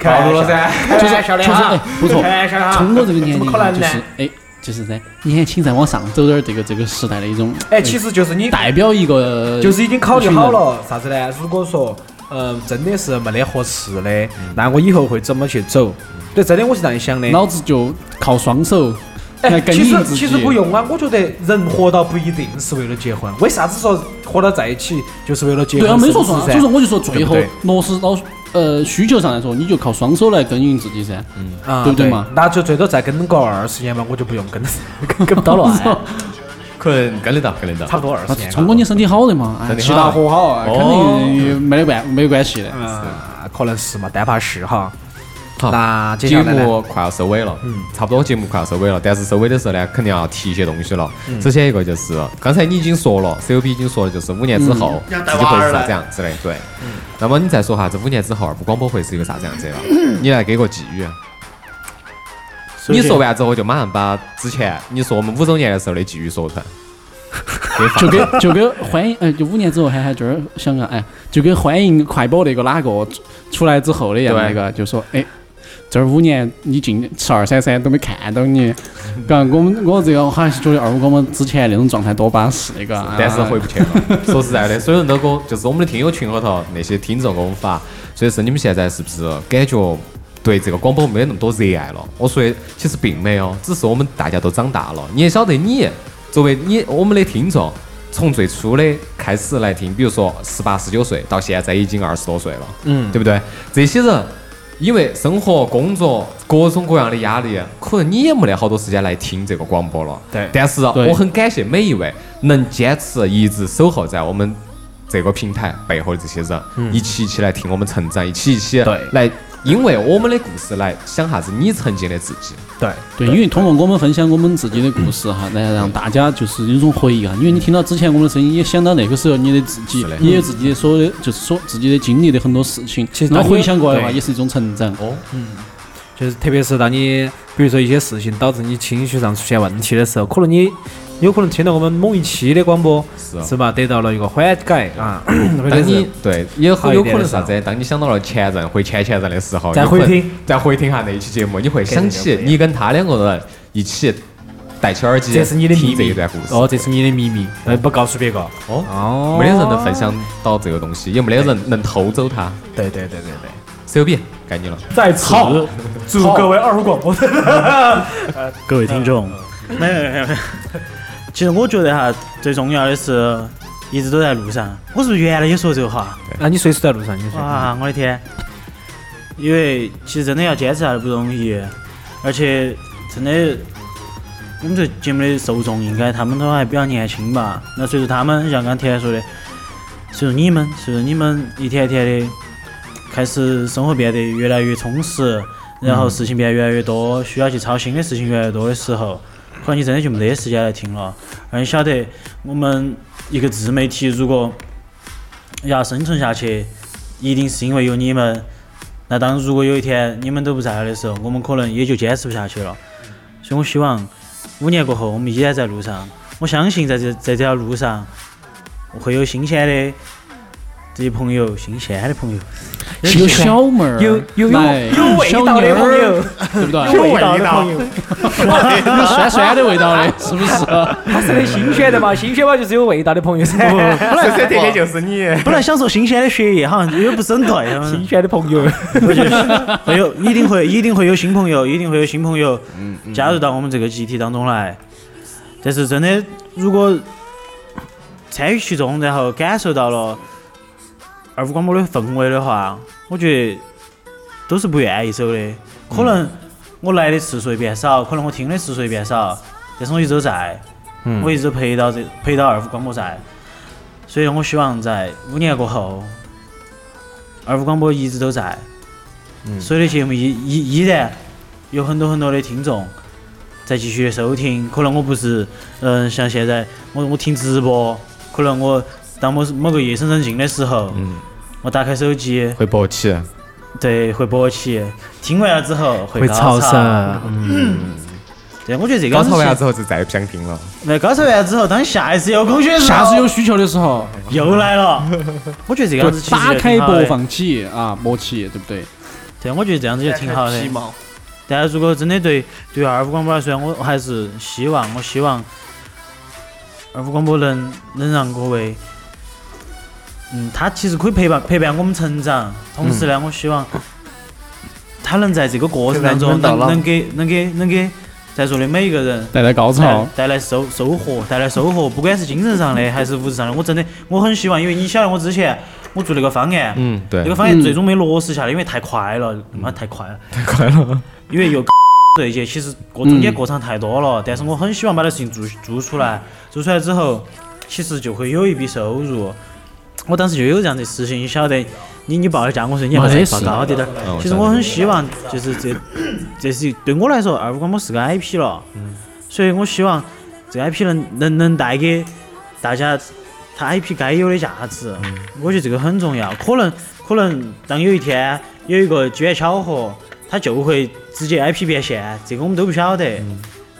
Speaker 4: 暴露了噻，
Speaker 3: 开玩笑的
Speaker 2: 确实，哎
Speaker 3: 哈，，
Speaker 2: 不错
Speaker 3: 开。玩笑的哈
Speaker 2: 通过这个年
Speaker 3: 怎
Speaker 2: 龄
Speaker 3: 么可
Speaker 2: 啊，
Speaker 3: 能
Speaker 2: 就
Speaker 3: 呢
Speaker 2: 是哎，就是噻，年轻再往上走点儿，这个这个时代的一种，
Speaker 3: 哎，其实就是你
Speaker 2: 代表一个，
Speaker 3: 就是已经考虑好了啥子呢？如果说，嗯，真的是没得合适的，
Speaker 2: 嗯
Speaker 3: 那我以后会怎么去走？对，真的我是这样想的。
Speaker 2: 老子就靠双手来
Speaker 3: 哎，
Speaker 2: 耕
Speaker 3: 其
Speaker 2: 耘
Speaker 3: 实
Speaker 2: 自己。
Speaker 3: 其实不用啊，我觉得人活到不一定是为了结婚，为啥子说活到在一起就是为了结婚？
Speaker 2: 对啊，没说
Speaker 3: 是不
Speaker 2: 错
Speaker 3: 是
Speaker 2: 啊，
Speaker 3: 噻
Speaker 2: 所以说我就说最后
Speaker 3: 对不
Speaker 2: 落实到呃需求上来说，你就靠双手来耕耘自己噻。
Speaker 4: 嗯
Speaker 3: 啊，
Speaker 2: 对不对嘛？
Speaker 3: 那就最多再跟个二十年嘛，我就不
Speaker 2: [laughs]
Speaker 3: 用跟了，跟不到
Speaker 2: 到
Speaker 3: 了，
Speaker 2: 了，
Speaker 4: 可能跟得到，跟得
Speaker 3: 差
Speaker 4: 到。
Speaker 3: 不多二十年。
Speaker 2: 聪哥你身体好的嘛，哎
Speaker 4: 啊身体
Speaker 2: 其他
Speaker 4: 好哦嗯
Speaker 2: 活好啊，肯定没得关没得关系的。
Speaker 3: 啊，可能是嘛，但怕是哈。
Speaker 4: 好
Speaker 3: 那接
Speaker 4: 节
Speaker 3: 下来呢？
Speaker 4: 目快要收尾了，嗯，差不多节目快要收尾了，但是收尾的时候呢，肯定要提一些东西了。
Speaker 5: 嗯
Speaker 4: 首先一个就是刚才你已经说了，COP 已经说了，就是五年之后
Speaker 5: 嗯要带
Speaker 4: 自己会
Speaker 5: 娃
Speaker 4: 是
Speaker 5: 儿嗯
Speaker 4: 啥
Speaker 5: 来
Speaker 4: 子样子的，对。那么你再说下这五年之后啊二部广播会是一个啥子样子的吧？
Speaker 5: 嗯
Speaker 4: 你来给个寄语。你说完之后，我就马上把之前你说我们五周年的时候的寄语说
Speaker 5: [laughs]
Speaker 4: 出来。给发
Speaker 2: 就跟 [laughs] 就跟欢迎，哎，就五年之后还还就是想啊，哎，就跟欢迎快播那个哪个出出来之后的样，
Speaker 4: 对
Speaker 2: 那个就说，哎，这儿五年你进吃二三三都没看到
Speaker 4: [laughs]
Speaker 2: 你，刚我们我这个我还是觉得二五我们之前那种状态多巴适那个啊，
Speaker 4: 但是回不去了。说实在的，所有人都给我，就是我们的听友群后头那些听众给我们发，所以说你们现在是不是感觉对这个广播没那么多热爱了？我说的其实并没有，只是我们大家都长大了。你也晓得你，作为你我们的听众。从最初的开始来听，比如说十八、十九岁，到现在已经二十多岁了，嗯，对不对？这些人因为生活、工作各种各样的压力，可能你也没得好多时间来听这个广播了。
Speaker 3: 对
Speaker 4: 但是啊
Speaker 2: 对
Speaker 4: 我很感谢每一位能坚持一直守候在我们这个平台背后的这些人，一起一起来听我们成长，一起一起
Speaker 3: 嗯对
Speaker 4: 来，因为我们的故事来想啥子你曾经的自己。
Speaker 3: 对，
Speaker 2: 对，因为通过我们分享我们自己的故事哈，来让大家就是有一种回忆啊。因为你听到之前我们的声音，也想到那个时候你的自己
Speaker 4: 是的，
Speaker 2: 你有自己的所有的，就是所自己的经历的很多事情
Speaker 3: 其，实
Speaker 2: 然后
Speaker 3: 当你
Speaker 2: 回想过来的话，
Speaker 3: 对
Speaker 2: 也是一种成长。
Speaker 4: 哦，
Speaker 3: 就是特别是当你比如说一些事情导致你情绪上出现问题的时候，可能你有可能听到我们某一期的广播，
Speaker 4: 是啊
Speaker 3: 是吧？得到了一个缓解啊，或者
Speaker 4: 当
Speaker 3: 是
Speaker 4: 你对也
Speaker 3: 好
Speaker 4: 很
Speaker 3: 一
Speaker 4: 有可
Speaker 3: 点
Speaker 4: 能
Speaker 3: 的时
Speaker 4: 啥
Speaker 3: 候
Speaker 4: 子？当你想到了前任或前前任的时候，
Speaker 3: 再
Speaker 4: 你会
Speaker 3: 回听，
Speaker 4: 再回听下那一期节目，你会想
Speaker 3: 肯定
Speaker 4: 起
Speaker 3: 就不一样
Speaker 4: 你跟他两个人一起戴起耳机，
Speaker 3: 这是你的秘
Speaker 4: 听这一
Speaker 3: 密
Speaker 4: 段故事。
Speaker 3: 哦，这是你的秘密，呃，不告诉别个。
Speaker 4: 哦
Speaker 3: 哦
Speaker 4: 没得人能分享到这个东西，也没得人能偷走它。
Speaker 3: 对对对对对，
Speaker 4: COB，该你了。
Speaker 3: 在此祝各位二五广 [laughs] 播的
Speaker 6: 各位听众，没有没有没有。 [laughs] 其实我觉得哈，最重要的是一直都在路上。我是不是原来也说这个话？
Speaker 3: 啊，你随时在路上，你随时
Speaker 6: 哇，我的天！因为其实真的要坚持下来不容易，而且真的，我们这节目的受众应该他们都还比较年轻吧？那随着他们像刚才说的，随着你们，随着你们一天一天的开始生活变得越来越充实，然后事情变得越来越多，需要去操心的事情越来越多的时候，可能你真的就没得时间来听了。而你晓得，我们一个自媒体如果要生存下去，一定是因为有你们。那当如果有一天你们都不在了的时候，我们可能也就坚持不下去了。所以我希望五年过后，我们依然在路上。我相信在这在这条路上，会有新鲜的这些朋友，新鲜的朋友，
Speaker 2: 有小妹儿，
Speaker 6: 有有有
Speaker 2: 来
Speaker 6: 有味道的朋友，
Speaker 2: 对不
Speaker 6: 有
Speaker 2: 对？
Speaker 6: 味道的朋友，
Speaker 2: 有酸酸的味道的，是不是？
Speaker 6: [laughs]
Speaker 3: 他是的新鲜的嘛，新鲜嘛就是有味道的朋 [laughs] 友噻，
Speaker 4: 深深特别就是你，
Speaker 6: 本来想说新鲜的血液，好像又不是很对。
Speaker 3: 新鲜的朋友。
Speaker 6: 会有，一定会，一定会有新朋友，一定会有新朋友加入到我们这个集体当中来。但是真的，如果参与其中，然后感受到了二五广播的氛围的话，我觉得都是不愿意走的。可能我来的次数也变少，可能我听的次数也变少，但是我一直都在，我一直都陪到这陪到二五广播在。所以我希望在五年过后，二五广播一直都在。
Speaker 2: 嗯
Speaker 6: 所有的节目依依依然有很多很多的听众在继续的收听。可能我不是，嗯、像现在我我听直播，可能我当某某个夜深人静的时候，
Speaker 2: 嗯
Speaker 6: 我打开手机，
Speaker 4: 会勃起，
Speaker 6: 对，会勃起，听完了之后会
Speaker 3: 会
Speaker 6: 高
Speaker 3: 潮
Speaker 6: 潮。
Speaker 3: 汕，
Speaker 6: 对，我觉得这个
Speaker 4: 高潮完了
Speaker 6: 是
Speaker 4: 之后就再也不想听了。
Speaker 6: 那高潮完了之后，当下一次有空虚的时候，
Speaker 2: 下次有需求的时候，
Speaker 6: 又来了。我觉得这个
Speaker 2: 就
Speaker 6: 样子其实
Speaker 2: 打
Speaker 6: 也
Speaker 2: 开
Speaker 6: 挺好的
Speaker 2: 播。放器啊，默契，对不对？
Speaker 6: 对，我觉得这样子也挺好的
Speaker 5: 皮。毛，
Speaker 6: 但如果真的对对二五广播来说，我还是希望，我希望二五广播能能让各位，嗯，他其实可以陪伴陪伴我们成长，同时呢，我希望他能在这个过程当中
Speaker 5: 陪伴我
Speaker 6: 能
Speaker 5: 们到老
Speaker 6: 能给能给能给在座的每一个人
Speaker 2: 带来高
Speaker 6: 带
Speaker 2: 潮，
Speaker 6: 带来收收获，带来收获，不管是精神上的还是物质上的，我真的我很希望，因为你晓得我之前我做那个方案，
Speaker 4: 嗯，对
Speaker 6: 这个，方
Speaker 2: 嗯
Speaker 6: 案最终没落实下来，因为太快了，妈太快了，太快了。因为有这些，其实过中间
Speaker 2: 嗯
Speaker 6: 过场太多了，但是我很希望把这事情做做出来，做出来之后，其实就会有一笔收入。我当时就有这样的事情，你晓得，你你报了价，我说你要不要
Speaker 2: 没
Speaker 6: 报
Speaker 2: 事
Speaker 6: 高点点儿
Speaker 4: 嗯我。
Speaker 6: 啊其实我很希望，就是这这是对我来说，二五广播是个 IP 了，所以我希望这个 IP 能能能带给大家它 IP 该有的价值，我觉得这个很重要。可能可能当有一天有一个机缘巧合，它就会直接 IP 变现，这个我们都不晓得。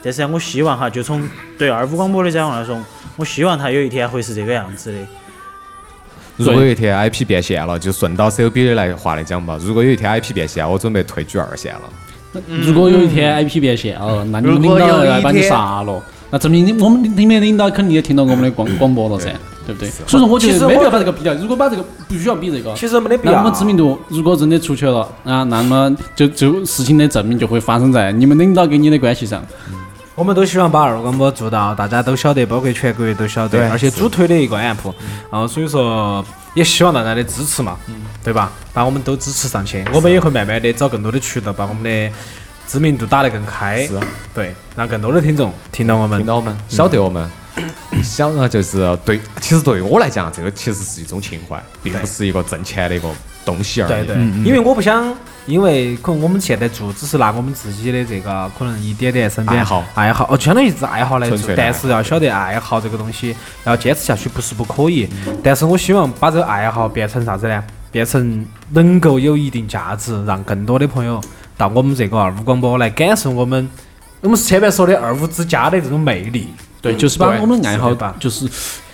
Speaker 6: 但是我希望哈，就从对二五广播的展望来说，我希望它有一天会是这个样子的。
Speaker 4: [laughs] 如果有一天 IP 变现了，就顺到 COB 的来话来讲吧。如果有一天 IP 变现，我准备退居二线了。
Speaker 2: 如果有一天 IP 变现哦，那你
Speaker 5: 如
Speaker 2: 们
Speaker 5: 果
Speaker 2: 领导
Speaker 5: 有
Speaker 2: 要
Speaker 5: 一
Speaker 2: 把你
Speaker 5: 天
Speaker 2: 杀了，那证明你我们你们的领导肯定也听到我们的广广播了噻，对不对？所以说，我觉
Speaker 3: 其实
Speaker 2: 得
Speaker 3: 我
Speaker 2: 没必要把这个比较，如果把这个不需要比这个。
Speaker 3: 其实没得必
Speaker 2: 那我
Speaker 3: 要
Speaker 2: 们。知名度如果真的出去了啊，那么就就事情的证明就会发生在你们领导跟你的关系上。
Speaker 3: 我们都希望把二广播做到，大家都晓得，包括全国都晓
Speaker 4: 对
Speaker 3: 得，而且主推的一个 app，啊，所以说也希望大家的支持嘛，对吧？把我们都支持上去，我们也会慢慢的找更多的渠道，把我们的知名度打得更开，
Speaker 4: 是
Speaker 3: 对，让更多的听众啊听到我们
Speaker 4: 听。到我们，晓得我们。想啊，就是对，其实对于我来讲，这个其实是一种情怀，并不是一个挣钱的一个东西而已。
Speaker 3: 对对，
Speaker 2: 嗯
Speaker 3: 因为我不想，因为可能我们现在做只是拿我们自己的这个可能一点点身边
Speaker 4: 爱好
Speaker 3: 爱好哦，相当于是爱好来
Speaker 4: 纯
Speaker 3: 做
Speaker 4: 粹，的爱
Speaker 3: 但
Speaker 4: 好
Speaker 3: 是要晓得爱好这个东西要坚持下去不是不可以，但是我希望把这个爱好变成啥子呢？变成能够有一定价值，让更多的朋友到我们这个二五广播来感受我们我们前面说的二五之家的这种魅力。
Speaker 2: 对，就是把
Speaker 3: 嗯对
Speaker 2: 我们的爱好
Speaker 3: 是的吧
Speaker 2: 就是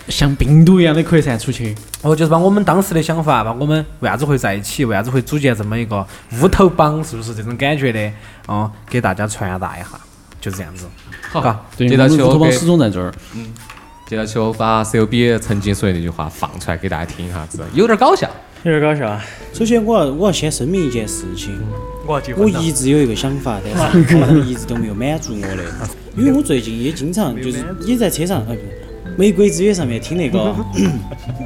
Speaker 2: 像病毒一样的扩散出去。
Speaker 3: 哦，就是把我们当时的想法，把我们为啥子会在一起，为啥子会组建这么一个乌头帮，是不是这种感觉的？哦，给大家传达一下，就是这样子。好，
Speaker 2: 对，
Speaker 4: 接
Speaker 2: 我
Speaker 4: 下
Speaker 2: 们
Speaker 4: 去
Speaker 2: 乌托
Speaker 4: 我
Speaker 2: 邦
Speaker 4: 给
Speaker 2: 始终在这儿。
Speaker 4: 接下去我把 COB 曾经说的那句话放出来给大家听一下子，有点搞笑。
Speaker 6: 有点搞笑啊！首先，我要我要先声明一件事情，
Speaker 5: 我
Speaker 6: 我一直有一个想法，但 [laughs] 是我好像一直都没有满足我的，因为我最近也经常就是也在车上，哎，不是《玫瑰之约》上面听那 [laughs] 个，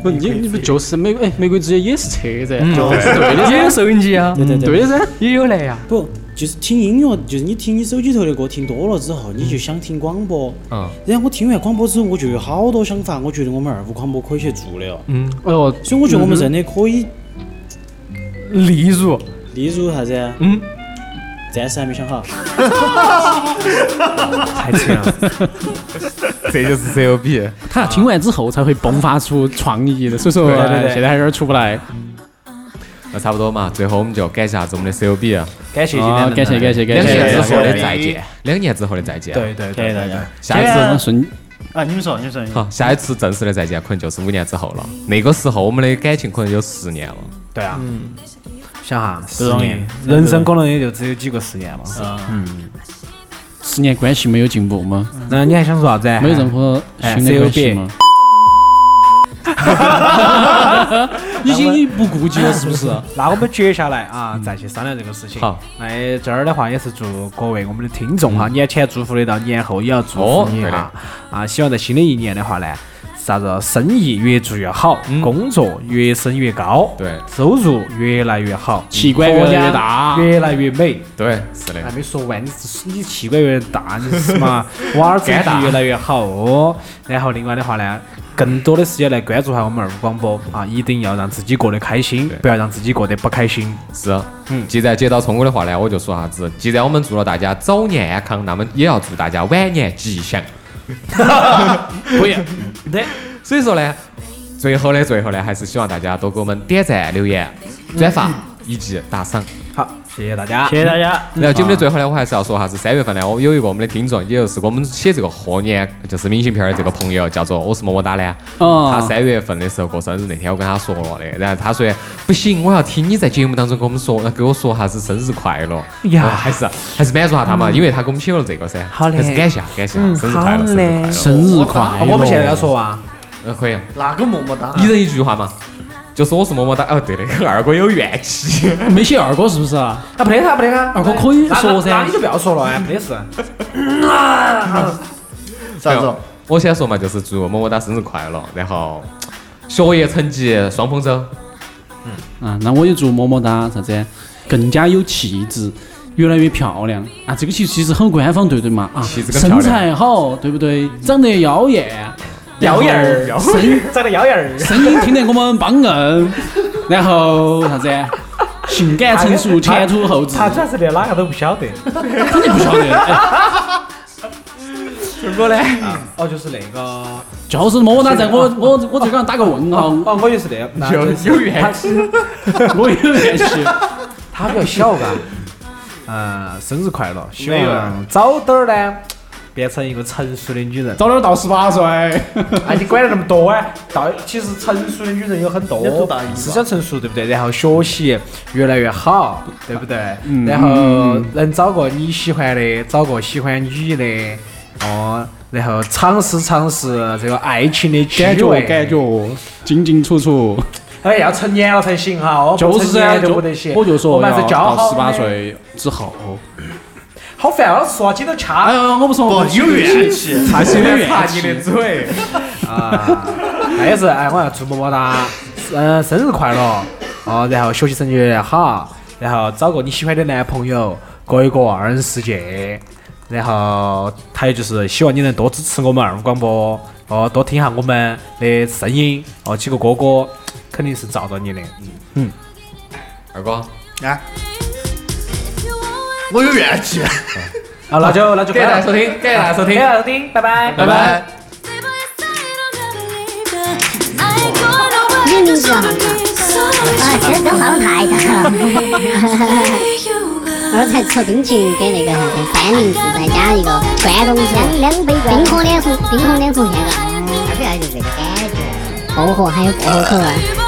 Speaker 2: 不，你你不就是玫嗯瑰？哎，玫瑰之夜也是车噻，就是对的，也有收音机啊，
Speaker 6: 对对对
Speaker 2: 对的噻，也有来呀。
Speaker 6: 不，
Speaker 8: 就是听音乐，就是你听你手机头的歌听多了之后，你就想听广播。
Speaker 4: 嗯。
Speaker 8: 然后我听完广播之后，我就有好多想法，我觉得我们二五广播可以去做的哦。
Speaker 6: 嗯
Speaker 2: 哎呦，
Speaker 8: 所以我觉得我们真的可以，
Speaker 3: 例如，
Speaker 8: 例如啥子？啊
Speaker 3: 嗯，
Speaker 8: 暂时还没想好。
Speaker 3: 太扯了，
Speaker 4: [laughs] 这就是 COB。
Speaker 2: 他听完之后才会迸发出创意的，所以说
Speaker 3: 对对对
Speaker 2: 哎现在还有点出不来。
Speaker 4: 那差不多嘛，最后我们就感谢下子我们的 COB 啊，
Speaker 3: 感谢今天
Speaker 2: 好，
Speaker 3: 的
Speaker 2: 感谢感谢感
Speaker 4: 两
Speaker 2: 谢，
Speaker 4: 年之后的
Speaker 5: 谢
Speaker 4: 再见，两年之后的再见。，啊
Speaker 3: 对对
Speaker 6: 谢谢
Speaker 3: 对
Speaker 6: 大
Speaker 3: 对
Speaker 6: 家
Speaker 3: 对，
Speaker 4: 下一
Speaker 2: 我
Speaker 4: 次
Speaker 2: 们顺
Speaker 6: 啊，你们说，你们说，你们说
Speaker 4: 好，下一次正式的再见啊可能就是五年之后了，那个时候我们的感情可能有十年了。
Speaker 3: 对啊，想哈，
Speaker 6: 不容易，
Speaker 3: 人生可能也就只有几个十年嘛。
Speaker 2: 十年关系没有进步吗？
Speaker 3: 那你还想说啥子？
Speaker 2: 没有任何新的关系吗？ [laughs] 已经不顾及了，是不是？
Speaker 3: 那我们接下来啊，
Speaker 2: 嗯
Speaker 3: 再去商量这个事情。
Speaker 4: 好，
Speaker 3: 那这儿的话也是祝各位我们的听众哈，
Speaker 2: 嗯
Speaker 3: 年前祝福得到，年后也要祝
Speaker 4: 哦
Speaker 3: 福你
Speaker 4: 对的
Speaker 3: 哈。啊，希望在新的一年的话呢，啥子生意越做越好，
Speaker 2: 嗯
Speaker 3: 工作越升越高，
Speaker 4: 对
Speaker 3: 收入越来越好，
Speaker 2: 器官越来越大
Speaker 3: 国家越来越美。
Speaker 4: 对，哎是的
Speaker 3: 还。没说完，你你气管越来越大，你是嘛？娃儿子越来越好哦。然后另外的话呢，更多的时间来关注下我们二五广播啊，一定要让自己过得开心
Speaker 4: 对，
Speaker 3: 不要让自己过得不开心。
Speaker 4: 是，嗯，既然接到聪哥的话呢，我就说啥子，既然我们祝了大家早年安康，那么也要祝大家晚年吉祥。
Speaker 2: 不要，
Speaker 4: 所以说呢，最后的最后呢，还是希望大家多给我们点赞、留言、转发以及打赏。
Speaker 3: [laughs] 好，谢谢大家，
Speaker 6: 谢谢大家。
Speaker 4: 然后节目
Speaker 3: 啊
Speaker 4: 的最后呢，我还是要说哈，是三月份呢，我有一个我们的听众，也就是给我们写这个贺年就是明信片的这个朋友，叫做我是么么哒呢。
Speaker 2: 哦
Speaker 4: 他三月份的时候过生日那天，我跟他说了的，然后他说不行，我要听你在节目当中给我们说，呃给我说哈是生日快乐。
Speaker 3: 哎呀嗯
Speaker 4: 我还是还是满足下他嘛，因为他给我们写了这个噻。
Speaker 3: 好嘞嗯
Speaker 4: 还是感谢感谢，生日快乐，生
Speaker 2: 生日
Speaker 4: 日快乐。
Speaker 2: 快乐！
Speaker 3: 我们现在要说啊，
Speaker 4: 呃，可以，
Speaker 5: 哪个么么哒？
Speaker 4: 一人一句话嘛。就是我是么么哒，哦对的，跟二哥有怨气。
Speaker 2: 没写二哥是不是啊？
Speaker 3: 啊，不得他，不得他，
Speaker 2: 二哥可以说
Speaker 3: 那
Speaker 2: 噻
Speaker 3: 你。就不要说了，哎，没得事。
Speaker 5: 啥子？
Speaker 4: 我先说嘛，就是祝么么哒生日快乐，然后 [coughs] 学业成绩双丰收。
Speaker 2: 啊，那我也祝么么哒啥子，更加有气质，越来越漂亮啊！这个其实其实很官方，对不对嘛？啊，
Speaker 4: 气质更
Speaker 2: 身
Speaker 4: 漂亮
Speaker 2: 材好，对不对？长得妖艳，
Speaker 3: 妖艳儿
Speaker 2: 然后声
Speaker 3: 长得妖艳儿，
Speaker 2: 声音听得我们帮硬，然后啥子？性感成熟，前凸后直，
Speaker 3: 他主要是连哪个都不 [laughs] 晓得。
Speaker 2: 肯定不晓得。哎，
Speaker 3: 二哥呢？哦，就是那个。
Speaker 2: 就是么么哒，在我我我这个打个问号，
Speaker 3: 哦，我就是 [laughs] 那个，有有怨气， [laughs]
Speaker 2: 我有点气。
Speaker 3: 他比较小 [laughs] 嘎。嗯，生日快乐！希望早点儿呢，变成一个成熟的女人。
Speaker 2: 早点到十八岁，
Speaker 3: 啊，你管了那么多啊？到其实成熟的女人有很多
Speaker 5: 多大一个，
Speaker 3: 思想成熟，对不对？然后学习越来越好，对不对？
Speaker 2: 嗯
Speaker 3: 然后能找个你喜欢的，找个喜欢你的，哦，然后尝试尝试这个爱情的滋
Speaker 2: 感觉
Speaker 3: 味。
Speaker 2: 感觉进进出出。
Speaker 3: 哎，要成年了才行哈，哦，不
Speaker 2: 就是
Speaker 3: 成年
Speaker 2: 噻，
Speaker 3: 就不得行。
Speaker 2: 我就说
Speaker 3: 我们还
Speaker 2: 要
Speaker 3: 是教
Speaker 2: 到
Speaker 3: 好
Speaker 2: 十八
Speaker 3: 的
Speaker 2: 岁之后。
Speaker 3: 好烦啊！说话紧都
Speaker 2: 哎
Speaker 3: 掐
Speaker 2: 呀，我不说，我
Speaker 5: 有怨气。
Speaker 2: 差些远
Speaker 4: 擦你的
Speaker 2: [laughs]
Speaker 4: 嘴。
Speaker 3: 啊！那也是，哎，我要祝么么哒，嗯，生日快乐哦，然后学习成绩越来越好，然后找个你喜欢的男朋友，过一个二人世界，然后还有就是希望你能多支持我们二五广播哦，多听下我们的声音哦，几个哥哥肯定是罩着你的。嗯
Speaker 4: 二哥，
Speaker 5: 哎我有怨气。
Speaker 3: 好，那就那就
Speaker 4: 感谢大家收听，感谢大家收听，
Speaker 3: 感谢收听，拜拜，
Speaker 4: 拜拜。
Speaker 9: 绿绿是好看，
Speaker 10: 啊，其实都好矮的，
Speaker 9: 我儿才吃冰淇淋给那个啥子三明治，再加一个关东
Speaker 10: 两
Speaker 9: 煮，
Speaker 10: 两杯
Speaker 9: 冰
Speaker 10: 关，
Speaker 9: 火两重，冰火两重天的，主要就是这个感觉。薄荷还有薄荷口味。